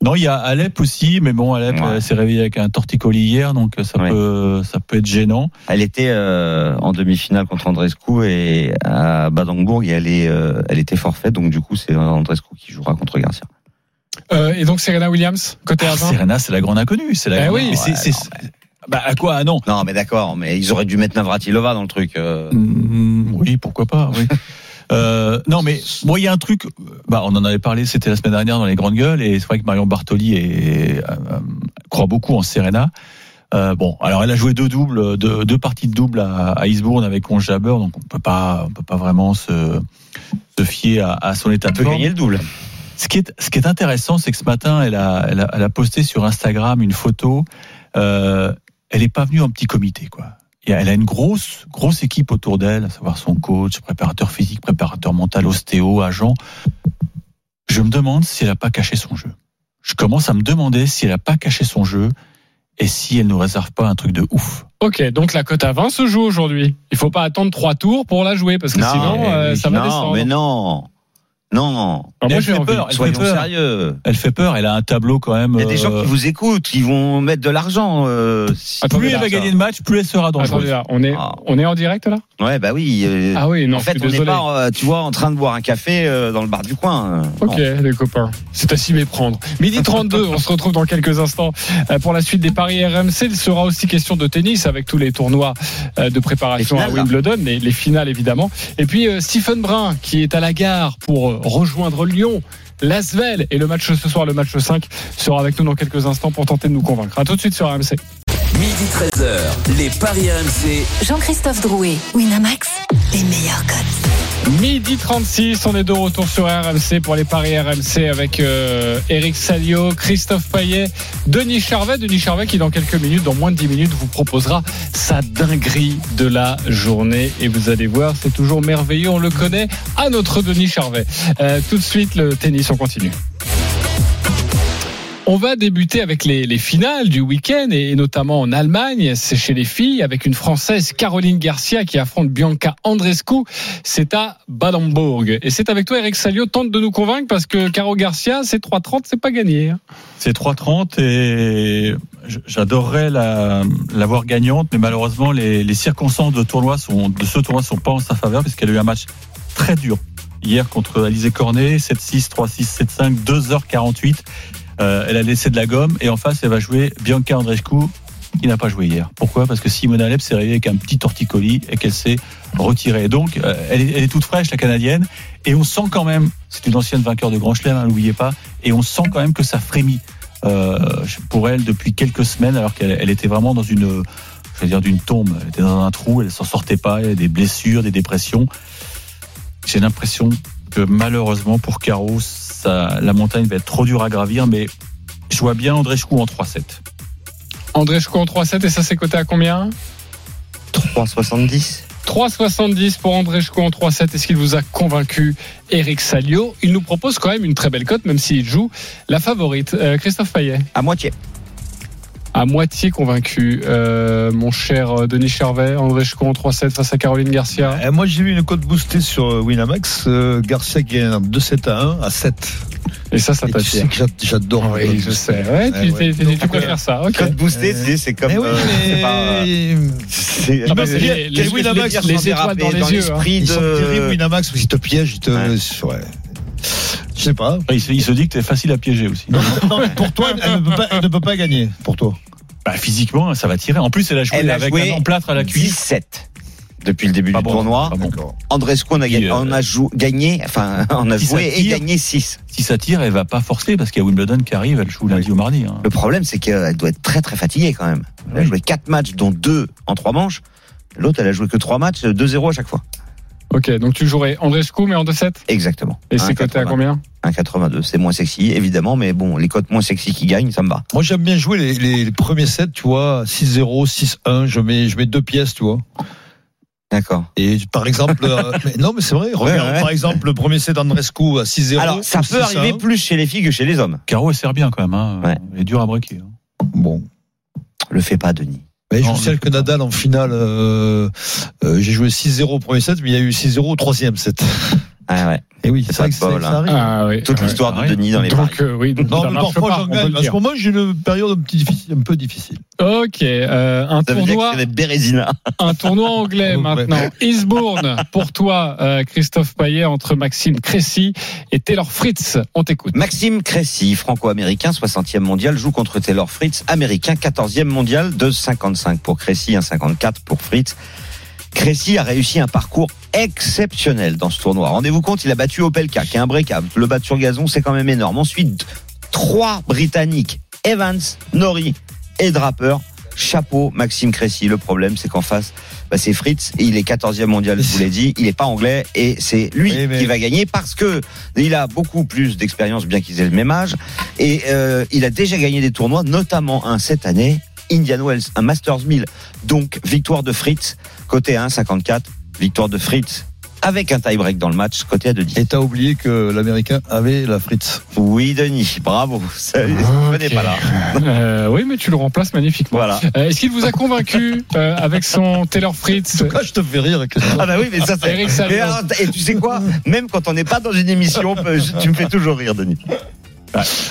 Non, il y a Alep aussi, mais bon, Alep
Ouais.
euh, s'est réveillée avec un torticolis hier, donc euh, ça
Ouais.
peut ça peut être gênant.
Elle était euh, en demi-finale contre Andrescu et à Badenbourg, et elle, est, euh, elle était forfait. Donc du coup, c'est Andrescu qui jouera contre Garcia.
Euh, Et donc Serena Williams côté à
Ah,
20.
Serena, c'est la grande inconnue. C'est la
Eh
grande-
oui.
mais c'est-
Ouais,
c'est-
non,
bah à quoi Ah non.
Non, mais d'accord. Mais ils auraient dû mettre Navratilova dans le truc. euh.
Mm, oui, pourquoi pas. Oui. Euh, non, mais moi, il y a un truc. Bah, on en avait parlé. C'était la semaine dernière dans les grandes gueules, et c'est vrai que Marion Bartoli est, euh, euh, croit beaucoup en Serena. Euh, bon, alors elle a joué deux doubles, deux, deux parties de double à, à Isbourne avec 11 Jabber, donc on peut pas, on peut pas vraiment se, se fier à, à son état
Elle
de
peut
forme.
gagner le double.
Ce qui est, ce qui est intéressant, c'est que ce matin, elle a, elle, a, elle a posté sur Instagram une photo. Euh, elle n'est pas venue en petit comité, quoi. Et elle a une grosse, grosse équipe autour d'elle, à savoir son coach, préparateur physique, préparateur mental, ostéo, agent. Je me demande si elle n'a pas caché son jeu. Je commence à me demander si elle n'a pas caché son jeu Et si elle nous réserve pas un truc de ouf
Ok, donc la cote à 20 se joue aujourd'hui. Il faut pas attendre trois tours pour la jouer parce que sinon euh,
mais-
ça va
non,
descendre.
mais non. Non.
Alors moi
Elle
j'ai
fait
envie.
peur, elle fait
Soyons
peur.
sérieux.
Elle fait peur, elle a un tableau quand même.
Il y a des gens
euh,
qui vous écoutent, qui vont mettre de l'argent. euh, si-
Attendez,
Plus elle va gagner de matchs, plus elle sera
Attendez
dangereuse.
là, on est,
Ah.
on est en direct là
Ouais, bah oui. euh,
Ah oui, non,
en fait,
je suis
on n'est
désolé.
pas, euh, tu vois, en train de boire un café euh, dans le bar du coin. euh,
Ok,
non.
les copains, c'est à s'y méprendre. Midi 32, on se retrouve dans quelques instants euh, pour la suite des paris RMC. Il sera aussi question de tennis avec tous les tournois euh, de préparation
Les finales,
à
là.
Wimbledon, les, les finales évidemment. Et puis euh, Stephen Brun qui est à la gare pour euh, rejoindre Lyon. L'Asvel et le match ce soir, le match 5, sera avec nous dans quelques instants pour tenter de nous convaincre. À tout de suite sur RMC.
Midi 13h, les Paris RMC.
Jean-Christophe Drouet, Winamax, les meilleurs cotes.
Midi 36, on est de retour sur RMC pour les paris RMC avec euh, Eric Salio, Christophe Payet, Denis Charvet. Denis Charvet qui dans quelques minutes, dans moins de 10 minutes, vous proposera sa dinguerie de la journée. Et vous allez voir, c'est toujours merveilleux, on le connaît, à notre Denis Charvet. Euh, tout de suite, le tennis, on continue. On va débuter avec les, les finales du week-end et notamment en Allemagne, c'est chez les filles, avec une Française Caroline Garcia qui affronte Bianca Andrescu. C'est à Balembourg. Et c'est avec toi, Eric Salio, tente de nous convaincre parce que Caro Garcia, c'est 3-30, c'est pas gagné. hein.
C'est 3,30 et j- j'adorerais la, la voir gagnante, mais malheureusement, les, les circonstances de, tournoi sont, de ce tournoi sont pas en sa faveur puisqu'elle a eu un match très dur hier contre Alizé Cornet, 7-6, 3-6, 7-5, 2h48. Euh, elle a laissé de la gomme et en face, elle va jouer Bianca Andreescu qui n'a pas joué hier. Pourquoi Parce que Simone Alep s'est réveillée avec un petit torticolis et qu'elle s'est retirée. Donc, euh, elle, est, elle est toute fraîche, la Canadienne, et on sent quand même, c'est une ancienne vainqueur de Grand Chelem, hein, n'oubliez pas, et on sent quand même que ça frémit euh, pour elle depuis quelques semaines, alors qu'elle elle était vraiment dans une, je veux dire, d'une tombe. Elle était dans un trou, elle s'en sortait pas, elle avait des blessures, des dépressions. J'ai l'impression que malheureusement pour Caro, ça, la montagne va être trop dure à gravir, mais je vois bien André Chkou en 3-7.
André Chouko en 3-7 et ça c'est coté à combien
3,70.
3,70 pour André Chouko en 3-7. Est-ce qu'il vous a convaincu, Eric Salio Il nous propose quand même une très belle cote, même s'il joue la favorite. Euh, Christophe Payet,
À moitié.
à moitié convaincu, euh, mon cher Denis Charvet, André Chouko en 3-7 face à Caroline Garcia.
Eh, moi, j'ai vu une cote boostée sur euh, Winamax. euh, Garcia qui gagne de 7 à 1 à 7.
Et ça, ça
Et tu sais
t'attire.
que j'a- j'adore. les
Ah Oui,
cotes
je sais.
boostées.
Ouais, tu,
Ouais, ouais.
t'es- t'es- tu préfères ça. Ok. Ah
Code boosté,
Euh,
c'est- c'est comme.
Eh oui,
euh, c'est
mais-
pas, euh, c'est-
Ah bah,
Qu'est-ce
c'est les- les-
que
les-
Winamax
les-
sont
les étoiles
dérapés
dans les yeux, hein.
l'esprit
Ils sont terribles,
de.
Winamax, parce qu'ils te piègent. euh, Ils te... ouais. Je sais pas.
Il se, il se dit que t'es facile à piéger aussi.
Non, mais pour toi, elle ne, peut pas, elle ne peut pas gagner. Pour toi.
Bah, physiquement, ça va tirer. En plus, elle a joué
Elle a
avec
joué
un emplâtre à la cuisse.
17 depuis le début
Pas
du
bon,
tournoi.
pas bon.
Andrescu, on a,
Qui,
gagné,
euh,
on a jou- gagné, enfin, on a
qui
joué et
s'attire.
gagné 6.
Si ça tire, elle va pas forcer parce qu'il y a Wimbledon qui arrive, elle joue lundi ou mardi. hein.
Le problème, c'est qu'elle doit être très très fatiguée quand même. Elle a
Oui.
joué 4 matchs, dont 2 en 3 manches. L'autre, elle a joué que 3 matchs, 2-0 à chaque fois.
Ok, donc tu jouerais André Chouko, mais en 2-7
Exactement.
Et c'est coté à
1,80.
combien
1,82, c'est moins sexy, évidemment, mais bon, les cotes moins sexy qui gagnent, ça me va.
Moi, j'aime bien jouer les, les- les premiers sets, tu vois, 6-0, 6-1. Je mets, je mets deux pièces, tu vois.
D'accord.
Et par exemple, euh, mais non, mais c'est vrai, regarde,
ouais, ouais.
par exemple, le premier set d'Andrescu à 6-0.
Alors, ça
ou
peut
6-1.
arriver plus chez les filles que chez les hommes.
Caro, elle sert bien quand même. Hein.
Ouais.
Elle est dure à breaker. hein.
Bon.
Le fais pas, Denis.
Mais je
Non,
vous
mais-
sais que Nadal en finale, euh, euh, j'ai joué 6-0 au premier set, mais il y a eu 6-0 au troisième set.
Ah ouais.
Et oui,
C'est
c'est
pas
vrai que
de bol,
c'est- ça
hein.
arrive.
Ah oui.
Toute l'histoire de
pareil.
Denis dans les paris.
Donc euh, oui, donc ça
Non, mais
marche
parfois
pas,
j'en
on peut
gagne.
le
En ce
dire.
moment, j'ai une période un, petit difficile- un peu difficile.
Ok, euh, un
Ça veut dire
tournoi,
que c'est Bérésina.
un tournoi anglais
Ouais.
maintenant. Eastbourne pour toi, euh, Christophe Payet entre Maxime Cressy et Taylor Fritz. On t'écoute.
Maxime Cressy, franco-américain, 60e mondial, joue contre Taylor Fritz, américain, 14e mondial, 2,55 pour Cressy, 1,54 pour Fritz. Cressy a réussi un parcours exceptionnel dans ce tournoi. Rendez-vous compte, il a battu Opelka, qui est imbrécable. Le battre sur gazon, c'est quand même énorme. Ensuite, trois Britanniques, Evans, Norrie et Draper. Chapeau, Maxime Cressy. Le problème, c'est qu'en face, bah, c'est Fritz. Et il est 14e mondial, je vous l'ai dit. Il n'est pas anglais et c'est lui
Oui, mais-
qui va gagner parce que il a beaucoup plus d'expérience, bien qu'ils aient le même âge. Et euh, il a déjà gagné des tournois, notamment un cette année, Indian Wells, un Masters 1000. Donc, victoire de Fritz, côté 1,54. Victoire de Fritz avec un tie-break dans le match, côté à 2-10.
Et t'as oublié que l'Américain avait la frite.
Oui, Denis, bravo. Ça,
Ok.
venez pas là.
Euh, oui, mais tu le remplaces magnifiquement.
Voilà.
Euh, Est-ce qu'il vous a convaincu euh, avec son Taylor Fritz
Ah, je te fais rire.
Ah bah oui, mais ça c'est.
Eric Salmon.
Et, alors, et tu sais quoi Même quand on n'est pas dans une émission, euh, je- tu me fais toujours rire, Denis.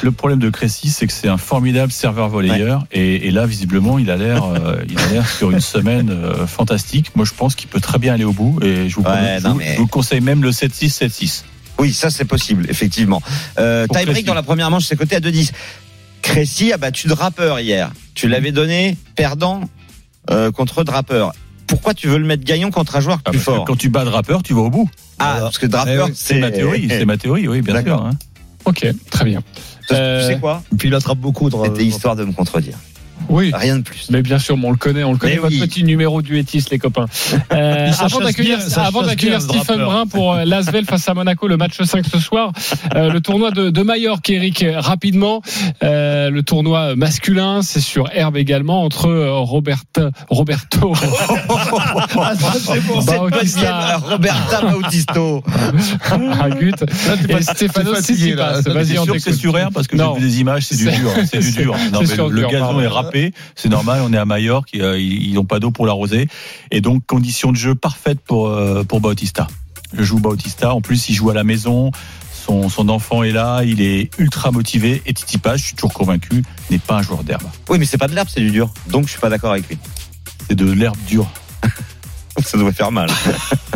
Le problème de Crécy, c'est que c'est un formidable serveur volleyeur. Et, et là, visiblement, il a l'air, euh, il a l'air sur une semaine euh, fantastique. Moi, je pense qu'il peut très bien aller au bout. Et je vous,
Ouais,
promets- je
non,
vous-
mais-
je vous conseille même le 7-6, 7-6.
Oui, ça c'est possible, effectivement. Euh,
Pour
tie break
Crécy.
dans la première manche, c'est coté à 2-10. Crécy a battu Draper hier. Tu l'avais donné perdant euh, contre Draper. Pourquoi tu veux le mettre gagnant contre un joueur
Ah,
plus
parce que
fort
Quand tu bats Draper, tu vas au bout.
Ah, parce que Draper,
Eh oui,
C'est ma théorie, c'est ma théorie, oui, bien
D'accord.
sûr. hein.
Ok, très bien.
Tu
Euh,
sais quoi
Puis il attrape beaucoup. Dra-
C'était histoire de me contredire.
Oui.
Rien de plus.
Mais bien sûr, mais on le connaît, on le connaît.
Mais
votre
oui.
petit numéro du Hétis, les copains. Euh,
Il se
avant
chasse
d'accueillir,
bien, ça
avant
chasse
d'accueillir
bien, le
Stephen
drapeur.
Brun pour euh, Lasvel face à Monaco, le match 5 ce soir, euh, le tournoi de, de Majorque, Eric, rapidement, euh, le tournoi masculin, c'est sur Herbe également, entre euh, Robert, Roberto
Oh,
Bautista
euh, Roberta Bautisto.
Agut Ah, et Stefano
fatigué,
Tsitsipas.
là.
C'est
Vas-y, on
sûr que c'est
t'écoute.
sur air parce que
Non.
j'ai vu des images, c'est du
C'est-
dur, hein, c'est du
c'est-
dur. Non,
c'est
mais
sur
le
dur,
gazon
pardon.
est râpé, c'est normal, on est à Majorque, euh, ils n'ont pas d'eau pour l'arroser. Et donc, conditions de jeu parfaites pour, euh, pour Bautista. Je joue Bautista, en plus, il joue à la maison, son, son enfant est là, il est ultra motivé. Et Titi Page, je suis toujours convaincu, n'est pas un joueur d'herbe.
Oui, mais c'est pas de l'herbe, c'est du dur. Donc je suis pas d'accord avec lui.
C'est de l'herbe dure.
Ça doit faire mal.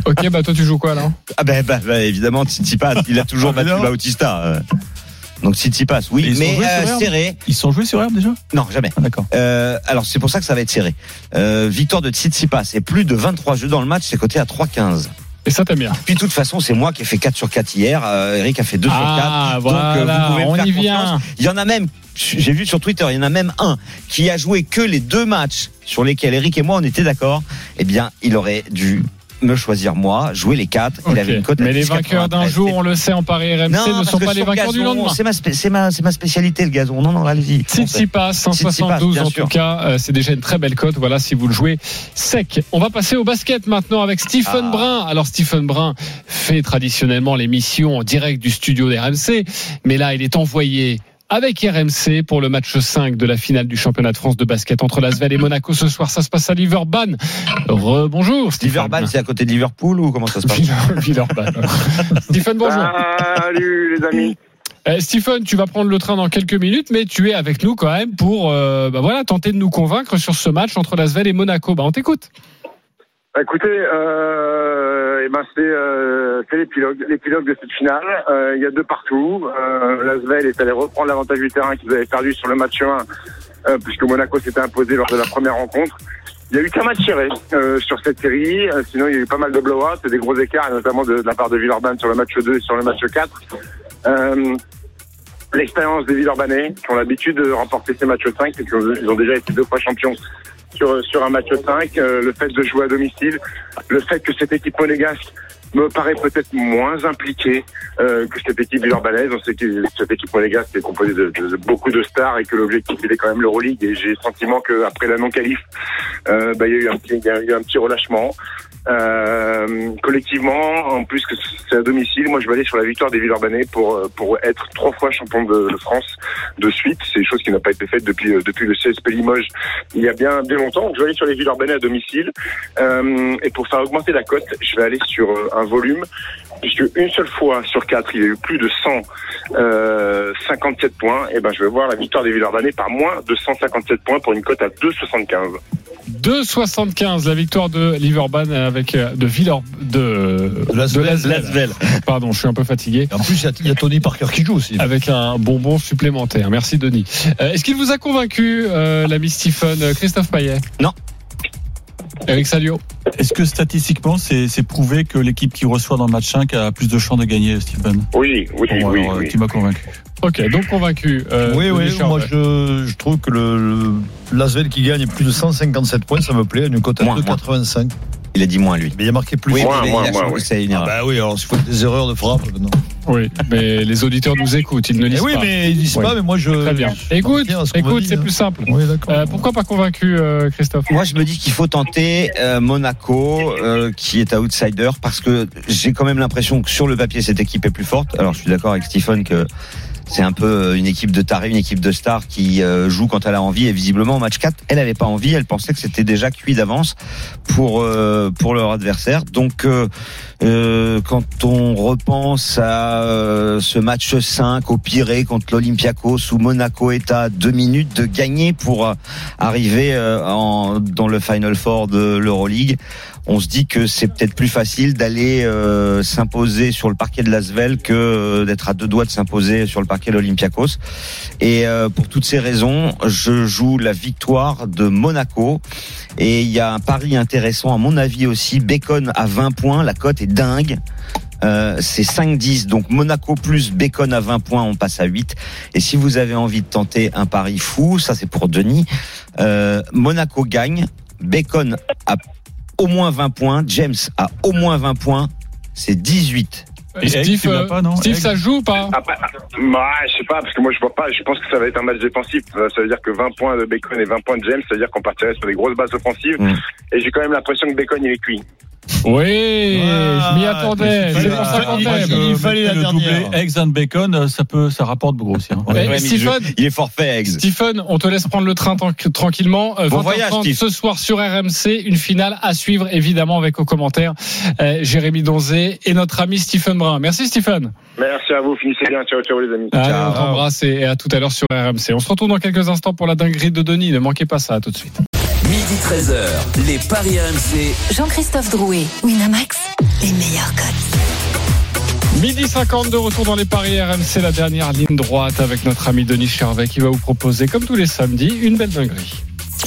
Ok, bah toi tu joues quoi là
Ah ben bah, bah, évidemment, Titi passe. Il a toujours battu Bautista. euh. Donc Titi passe,
Et
oui,
ils
mais
sont joués
euh,
sur
hein
herbe
serré.
Ils sont joués sur herbe déjà
Non, jamais.
Ah, D'accord.
Euh, alors c'est pour ça que ça va être serré. Euh, victoire de Tsitsipas et plus de 23 jeux dans le match, c'est coté à 3-15.
Et ça t'aimes bien.
Puis de toute façon, c'est moi qui ai fait 4 sur 4 hier, euh, Eric a fait 2
Ah,
sur 4. donc euh,
voilà,
vous pouvez me
on
faire
y
confiance.
vient.
Il y en a même, j'ai vu sur Twitter, il y en a même un qui a joué que les deux matchs sur lesquels Eric et moi on était d'accord. Eh bien, il aurait dû me choisir moi, jouer les quatre. Il
Ok.
avait une cote à
Mais les
10,93.
vainqueurs d'un jour, on le sait, en Paris RMC,
Non,
ne
parce
sont
que
pas les
sur
vainqueurs du
gazon,
lendemain.
C'est ma, spé- c'est ma- c'est ma spécialité, le gazon. Non, non, allez-y. Français.
Tsitsipas,
Tsitsipas,
172
bien
en
sûr.
tout cas, euh, c'est déjà une très belle cote. Voilà, si vous le jouez sec. On va passer au basket maintenant avec Stephen
Ah.
Brun. Alors Stephen Brun fait traditionnellement l'émission en direct du studio d'RMC, mais là il est envoyé. Avec RMC pour le match 5 de la finale du championnat de France de basket entre Lasvel et Monaco ce soir. Ça se passe à Liverban. Bonjour Stephen.
Liverpool, c'est à côté de Liverpool ou comment ça se passe
Villeurbanne. Stephen, bonjour.
Salut les amis.
Euh, Stephen, tu vas prendre le train dans quelques minutes, mais tu es avec nous quand même pour euh, bah voilà, tenter de nous convaincre sur ce match entre Lasvel et Monaco. Bah, on t'écoute.
Bah, Écoutez, euh, eh ben c'est euh, c'est l'épilogue, l'épilogue de cette finale. Euh, Il y a deux partout. Euh, L'Asvel est allé reprendre l'avantage du terrain qu'ils avaient perdu sur le match 1, euh, puisque Monaco s'était imposé lors de la première rencontre. Il y a eu qu'un match tiré euh, sur cette série. Euh, sinon, il y a eu pas mal de blowouts, et des gros écarts, et notamment de, de la part de Villeurbanne sur le match 2 et sur le match 4. Euh, L'expérience des Villeurbanais, qui ont l'habitude de remporter ces matchs 5, et qui ont- ils ont déjà été deux fois champions sur, sur un match 5, euh, le fait de jouer à domicile, le fait que cette équipe monégasque me paraît peut-être moins impliquée euh, que cette équipe urbanaise. On sait que cette équipe monégasque est composée de, de- de beaucoup de stars et que l'objectif il est quand même l'Euroleague. Et j'ai le sentiment qu'après la non-qualif, euh, bah, il y a eu un petit, il y a eu un petit relâchement. Euh, collectivement, en plus que c'est à domicile, moi je vais aller sur la victoire des Villeurbanais pour euh, pour être trois fois champion de de France de suite. C'est une chose qui n'a pas été faite depuis euh, depuis le CSP Limoges il y a bien, bien longtemps. Donc, je vais aller sur les villes urbaines à domicile. Euh, et pour faire augmenter la cote, je vais aller sur euh, un volume, puisque une seule fois sur quatre, il y a eu plus de 157 points. Et ben, je vais voir la victoire des villes urbaines par moins de 157 points pour une cote à 2,75.
2,75 la victoire de Liverban avec euh, de Villor de,
De Lasvel.
de Pardon, je suis un peu fatigué.
Et En plus, il y a- il y, a Tony Parker qui joue aussi.
Avec un bonbon supplémentaire. Merci Denis. Euh, Est-ce qu'il vous a convaincu euh, l'ami Stephen euh, Christophe Payet
Non.
Eric Salio.
Est-ce que statistiquement, c'est c'est prouvé que l'équipe qui reçoit dans le match 5 a plus de chances de gagner, Stephen
Oui, oui,
Bon,
oui.
alors,
oui.
tu m'as convaincu.
Ok, donc convaincu. euh,
oui,
Denis
oui,
Charvet.
moi je, je trouve que le, le- Lasvel qui gagne plus de 157 points, ça me plaît, à une cote à
Moins, moins.
2,85.
Il a dit moins, lui.
Mais il a marqué plus.
Oui,
Moins,
mais il
moins,
a
moins,
changé,
oui.
c'est une
Ah
erreur.
bah oui, alors s'il faut des erreurs de frappe. Non.
Oui, mais les auditeurs nous écoutent, ils ne
Eh
lisent
oui,
pas.
mais euh, ils disent
Oui.
pas, mais moi je.
Très bien.
je-
Écoute,
je- ce qu'on me
écoute,
dit,
c'est
hein.
plus simple.
Oui, d'accord.
Euh, pourquoi pas convaincu, euh, Christophe
Moi, je me dis qu'il faut tenter euh, Monaco, euh, qui est outsider, parce que j'ai quand même l'impression que sur le papier, cette équipe est plus forte. Alors, je suis d'accord avec Stephen que c'est un peu euh, une équipe de tarés, une équipe de stars qui euh, joue quand elle a envie. Et visiblement, au match 4, elle n'avait pas envie. Elle pensait que c'était déjà cuit d'avance pour euh, pour leur adversaire. Donc, euh, euh, quand on repense à euh, ce match 5 au Pirée contre l'Olympiakos, où Monaco est à deux minutes de gagner pour euh, arriver euh, en, dans le Final Four de l'Euroleague. On se dit que c'est peut-être plus facile d'aller euh, s'imposer sur le parquet de Lasvel que euh, d'être à deux doigts de s'imposer sur le parquet de l'Olympiakos. Et euh, pour toutes ces raisons, je joue la victoire de Monaco. Et il y a un pari intéressant à mon avis aussi. Bacon à 20 points, la cote est dingue. Euh, c'est 5-10, donc Monaco plus Bacon à 20 points, on passe à 8. Et si vous avez envie de tenter un pari fou, ça c'est pour Denis, euh, Monaco gagne, Bacon à au moins 20 points, James à au moins 20 points, c'est 18.
Et Egg,
Steve,
tu l'as
euh,
pas, non
Steve,
Egg
ça joue ou
Ah.
pas
Après, bah, je sais pas, parce que moi je vois pas, je pense que ça va être un match défensif. Euh, Ça veut dire que 20 points de Bacon et 20 points de James, ça veut dire qu'on partirait sur des grosses bases offensives.
Mm.
Et j'ai quand même l'impression que Bacon il est cuit.
Oui, je m'y
Ah,
attendais.
mais
C'est
c'est
pour
pas-
ça qu'on
il-
t'aime.
il- fallait la
le doublé,
dernière.
eggs and bacon, euh, ça peut, ça rapporte beaucoup aussi. hein.
Eh,
Ouais, mais il
Stephen,
joue- il est forfait, Eggs.
Stephen, on te laisse prendre le train tan- tranquillement. Euh,
Bon
20h30
voyage, Steve.
ce soir sur RMC, une finale à suivre évidemment avec aux commentaires euh, Jérémy Donzé et notre ami Stephen Brun. Merci Stephen.
Merci à vous, finissez bien, ciao, ciao les amis.
Allez, on t'embrasse et à tout à l'heure sur RMC. On se retrouve dans quelques instants pour la dinguerie de Denis. Ne manquez pas ça. À tout de suite.
Midi 13h, les Paris RMC.
Jean-Christophe Drouet, Winamax, les meilleurs codes.
Midi 50 de retour dans les paris RMC, la dernière ligne droite avec notre ami Denis Charvet qui va vous proposer, comme tous les samedis, une belle dinguerie.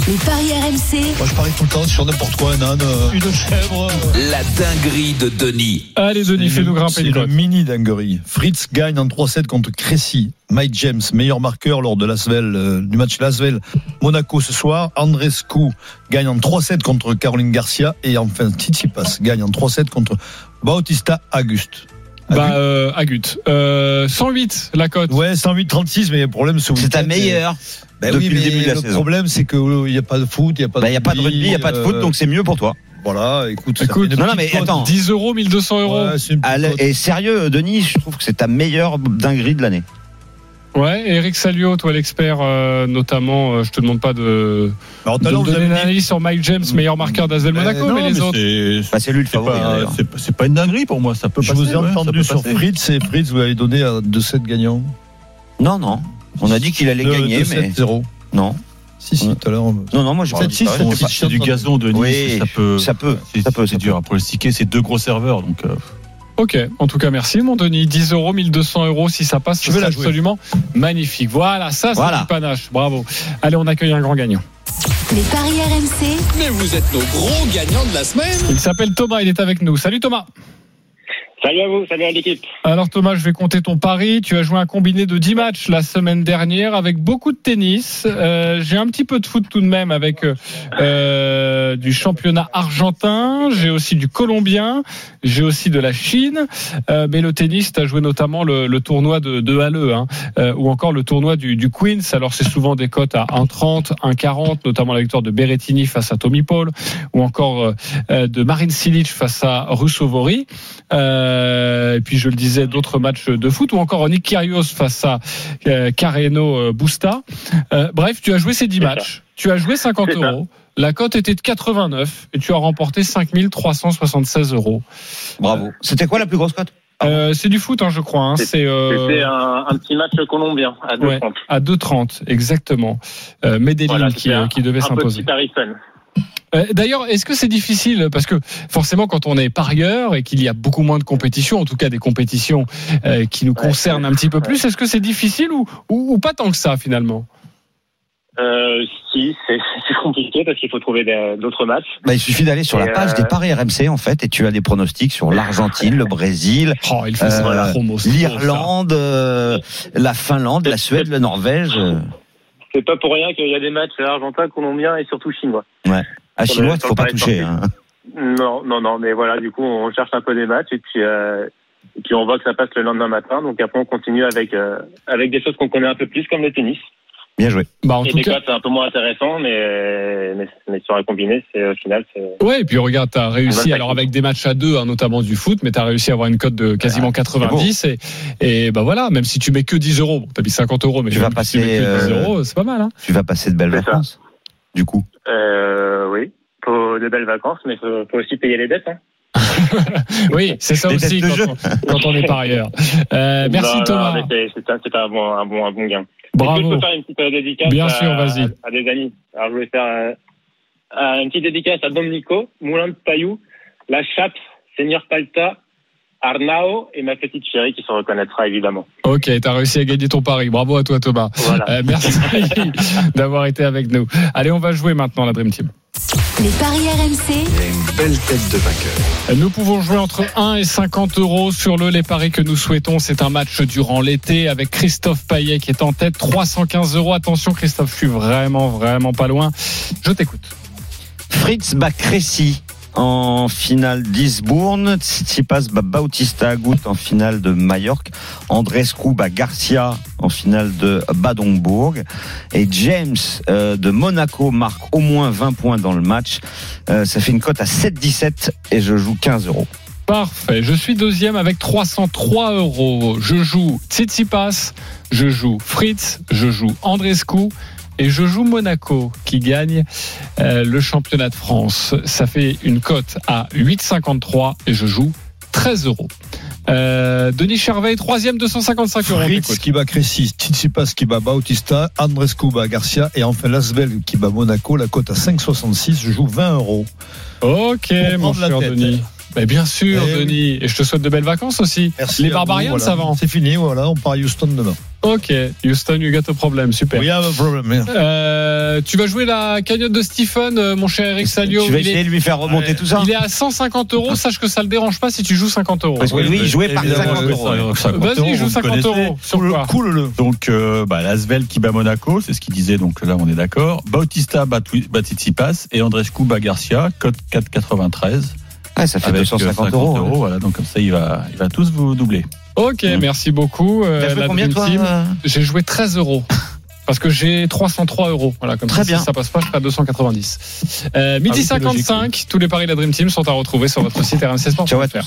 Les paris RMC,
Moi je parie tout le temps sur n'importe quoi, un âne, euh, une chèvre. euh,
La dinguerie de Denis.
Allez Denis,
C'est
fais-nous
le-
grimper
C'est
les
le
cotes.
mini dinguerie. Fritz gagne en 3-7 contre Cressy. Mike James, meilleur marqueur lors de Lasvel, euh, du match Lasvel-Monaco ce soir. Andrescu gagne en 3-7 contre Caroline Garcia. Et enfin, Tsitsipas gagne en 3-7 contre Bautista Auguste.
Bah, euh, Agut. Euh, 108 la cote.
Ouais, 108-36, mais le problème, ce
C'est
week-end,
ta meilleure.
Ben
depuis
oui,
le
mais
début de la
le
saison. Ben,
problème, c'est qu'il n'y a pas de foot, il n'y a pas
Il
de
n'y Bah, a pas de rugby, il n'y a pas de foot,
euh,
donc c'est mieux pour toi.
Voilà, écoute. ça
Écoute,
fait une
non, non,
petite
mais
cote.
attends.
10 euros, 1200 euros.
Ouais, c'est une petite
À la-
cote.
Et sérieux, Denis, je trouve que c'est ta meilleure dinguerie de l'année.
Ouais, et Eric Salio, toi l'expert, euh, notamment, euh, je te demande pas de,
Alors, tout
de
à
me
l'heure, vous
donner
avez
une
dit-
analyse sur Mike James, meilleur marqueur d'Asvel
Euh,
Monaco,
non,
mais les
mais
autres.
c'est-
Bah, c'est lui le
c'est
favori.
pas-
d'ailleurs.
c'est pas- c'est pas une dinguerie pour moi, ça peut
Je
passer,
vous ai
ouais, ça peut
entendu sur
passer.
Fritz et Fritz vous avez donné à 2-7 gagnants. Euh,
Non, non. On a dit qu'il allait gagner, mais
0
non.
Si, si,
Ouais.
tout à l'heure.
Non, non, moi j'ai pas
Sept,
dit
six,
ça.
sept,
Bon,
C'est
si
pas-
Oh, c'est du gazon Denis,
Oui,
ça peut.
Ça peut,
c'est-
ça peut, ça
C'est
peut.
dur hein, à pronostiquer, c'est deux gros serveurs. Donc, euh,
Ok, en tout cas, merci mon Denis. 10 euros, 1200 euros, si ça passe,
Je vais
c'est
la jouer.
absolument magnifique. Voilà, ça, c'est
Voilà.
du panache. Bravo. Allez, on accueille un grand gagnant.
les paris RMC,
Mais vous êtes nos gros gagnants de la semaine.
Il s'appelle Thomas, il est avec nous. Salut Thomas.
Salut à vous, salut à l'équipe.
Alors Thomas, je vais compter ton pari. Tu as joué un combiné de 10 matchs la semaine dernière avec beaucoup de tennis. Euh, J'ai un petit peu de foot tout de même avec euh, euh, du championnat argentin. J'ai aussi du colombien. J'ai aussi de la Chine. Euh, mais le tennis, tu as joué notamment le, le tournoi de, de Halle hein, euh, ou encore le tournoi du, du Queens. Alors c'est souvent des cotes à 1,30, 1,40, notamment la victoire de Berrettini face à Tommy Paul ou encore euh, euh, de Marin Cilic face à Russovori. Euh, et puis je le disais, d'autres matchs de foot ou encore Nick Kyrgios face à euh, Carreno euh, Busta. Euh, bref, tu as joué ces 10
C'est
matchs, tu as joué 50
C'est ça.
euros, la cote était de 89 et tu as remporté 5376 euros.
Bravo. C'était quoi la plus grosse cote
Euh, c'est du foot, hein, je crois. hein. C'est euh,
Ah C'était un, un petit match colombien à 2
ouais, à 2,30 exactement. Euh, Medellin
Voilà,
qui,
c'était un-
qui devait
Un
s'imposer.
petit Paris fun.
Euh, D'ailleurs, est-ce que c'est difficile Parce que forcément, quand on est parieur et qu'il y a beaucoup moins de compétitions, en tout cas des compétitions euh, qui nous
Ouais,
concernent un petit peu plus, est-ce que c'est difficile ou, ou, ou pas tant que ça finalement
Euh, si, c'est c'est compliqué parce qu'il faut trouver des- d'autres matchs.
bah, Il suffit d'aller sur la
Et,
page
euh,
des paris RMC, en fait, et tu as des pronostics sur l'Argentine, le Brésil,
Oh, il fait
Euh,
ça à la
voilà.
promo. c'est bon,
l'Irlande, euh, la Finlande, la Suède, la Norvège. euh.
C'est pas pour rien qu'il y a des matchs argentins, colombiens et surtout chinois.
À
Sur le-
Chinois, il
sur
faut
le
pas
Paris
toucher. hein.
Non, non, non, mais voilà, du coup, on cherche un peu des matchs et puis, euh, et puis on voit que ça passe le lendemain matin. Donc après, on continue avec, euh, avec des choses qu'on connaît un peu plus, comme le tennis.
Bien joué.
Bah, en
et
tout
des
cas.
quatre, c'est un peu moins intéressant, mais, mais, mais sur la combinée, c'est, au final, c'est.
Ouais, et puis regarde, t'as réussi, alors avec des matchs à deux, hein, notamment du foot, mais t'as réussi à avoir une cote de quasiment 90. Et, et bah voilà, même si tu mets que 10 euros, bon, t'as mis 50 euros, mais
Tu vas
même si tu mets
passer,
que 10
euh,
euros, c'est pas mal. Hein.
Tu vas passer de belles vacances. Du coup.
Euh, oui, faut de belles vacances, mais faut, faut aussi payer les dettes. Hein.
Oui, c'est ça
Déteste
aussi
le
quand
jeu.
on, quand on est parieur. Euh, merci
Non, non,
Thomas.
Bah, mais c'est- C'est un, c'est un bon, un bon, un bon gain. Est-ce que je
Bravo.
peux faire une petite euh, dédicace
Bien
à,
sûr, vas-y.
à des amis. Alors, je voulais faire euh, euh, une petite dédicace à Domenico, Moulin de Payou, La Chape, Seigneur Palta, Arnao et ma petite chérie qui se reconnaîtra évidemment.
Ok, t'as réussi à gagner ton pari. Bravo à toi Thomas.
Voilà.
Euh, merci d'avoir été avec nous. Allez, on va jouer maintenant la Dream Team.
Les paris RMC,
Belle tête de vainqueur.
Nous pouvons jouer entre 1 et 50 euros sur le les paris que nous souhaitons. C'est un match durant l'été avec Christophe Payet qui est en tête. 315 euros. Attention Christophe, je suis vraiment, vraiment pas loin. Je t'écoute.
Fritz Bakressi en finale d'Isbourne, Tsitsipas bat Bautista Agut en finale de Majorque, Andrescu bat Garcia en finale de Badonbourg et James euh, de Monaco marque au moins 20 points dans le match. Euh, ça fait une cote à 7,17 et je joue 15 euros.
Parfait. Je suis deuxième avec 303 euros. Je joue Tsitsipas, je joue Fritz, je joue Andrescu et je joue Monaco qui gagne euh, le championnat de France. Ça fait une cote à 8,53 et je joue 13 euros. Euh, Denis Charvet, troisième, 255 euros.
Fritz
T'écoutes.
qui bat Crécy, Tsitsipas qui bat Bautista, Andrescu bat Garcia et enfin Lasvel qui bat Monaco, la cote à 5,66, je joue 20 euros.
Ok,
Pour
mon
prendre la
cher
tête.
Denis. Mais bien sûr,
Eh oui.
Denis. Et je te souhaite de belles vacances aussi.
Merci.
Les
à vous,
Barbarians,
voilà.
ça va.
C'est fini, voilà, on part à Houston demain.
Ok, Houston, you got a problem. Super.
We have a problem. yeah.
Euh, tu vas jouer la cagnotte de Stephen, euh, mon cher Eric Salio.
tu vas
Il
essayer
est,
de lui faire remonter tout ça
il est à 150 euros. Sache que ça le dérange pas si tu joues 50 euros.
Parce que lui, il jouait par
évidemment,
50
oui,
euros.
ça,
Vas-y, joue 50 euros. Sur
Cool-
quoi
Cool-le.
Donc, euh, bah, Lasvel qui bat Monaco, c'est ce qu'il disait, donc là on est d'accord. Bautista bat, Twi- bat Tsitsipas et Andrescu bat Garcia, code 4,93.
Ah, ça fait
avec, euh,
250 euros.
Voilà, donc comme ça il va, il va tous vous doubler.
Ok,
Mmh.
merci beaucoup. euh,
T'as joué
la
combien,
Dream
toi
Team.
euh
J'ai joué 13 euros. Parce que j'ai 303 euros. Voilà, comme
Très
ça,
bien.
si ça passe pas, je serai à 290. Euh, midi
Ah oui, c'est logique,
55, tous les paris de la Dream Team sont à retrouver sur votre site RMC Sport.
Ciao à tous.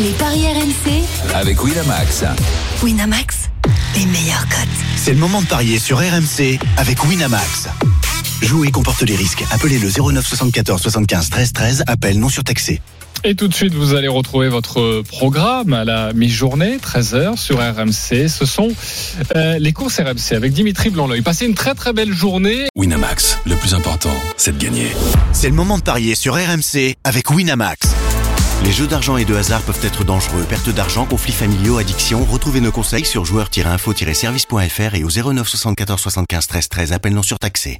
les paris RMC,
Avec Winamax.
Winamax, les meilleurs cotes.
C'est le moment de parier sur RMC avec Winamax. Jouer comporte les risques. Appelez le 09 74 75 13 13. Appel non surtaxé.
Et tout de suite, vous allez retrouver votre programme à la mi-journée, 13h sur RMC. Ce sont euh, les courses RMC avec Dimitri Blanc-L'œil. Passez une très très belle journée.
Winamax, le plus important, c'est de gagner.
C'est le moment de parier sur RMC avec Winamax. Les jeux d'argent et de hasard peuvent être dangereux. Perte d'argent, conflits familiaux, addiction. Retrouvez nos conseils sur joueurs-info-service.fr et au 09 74 75 13 13. Appel non surtaxé.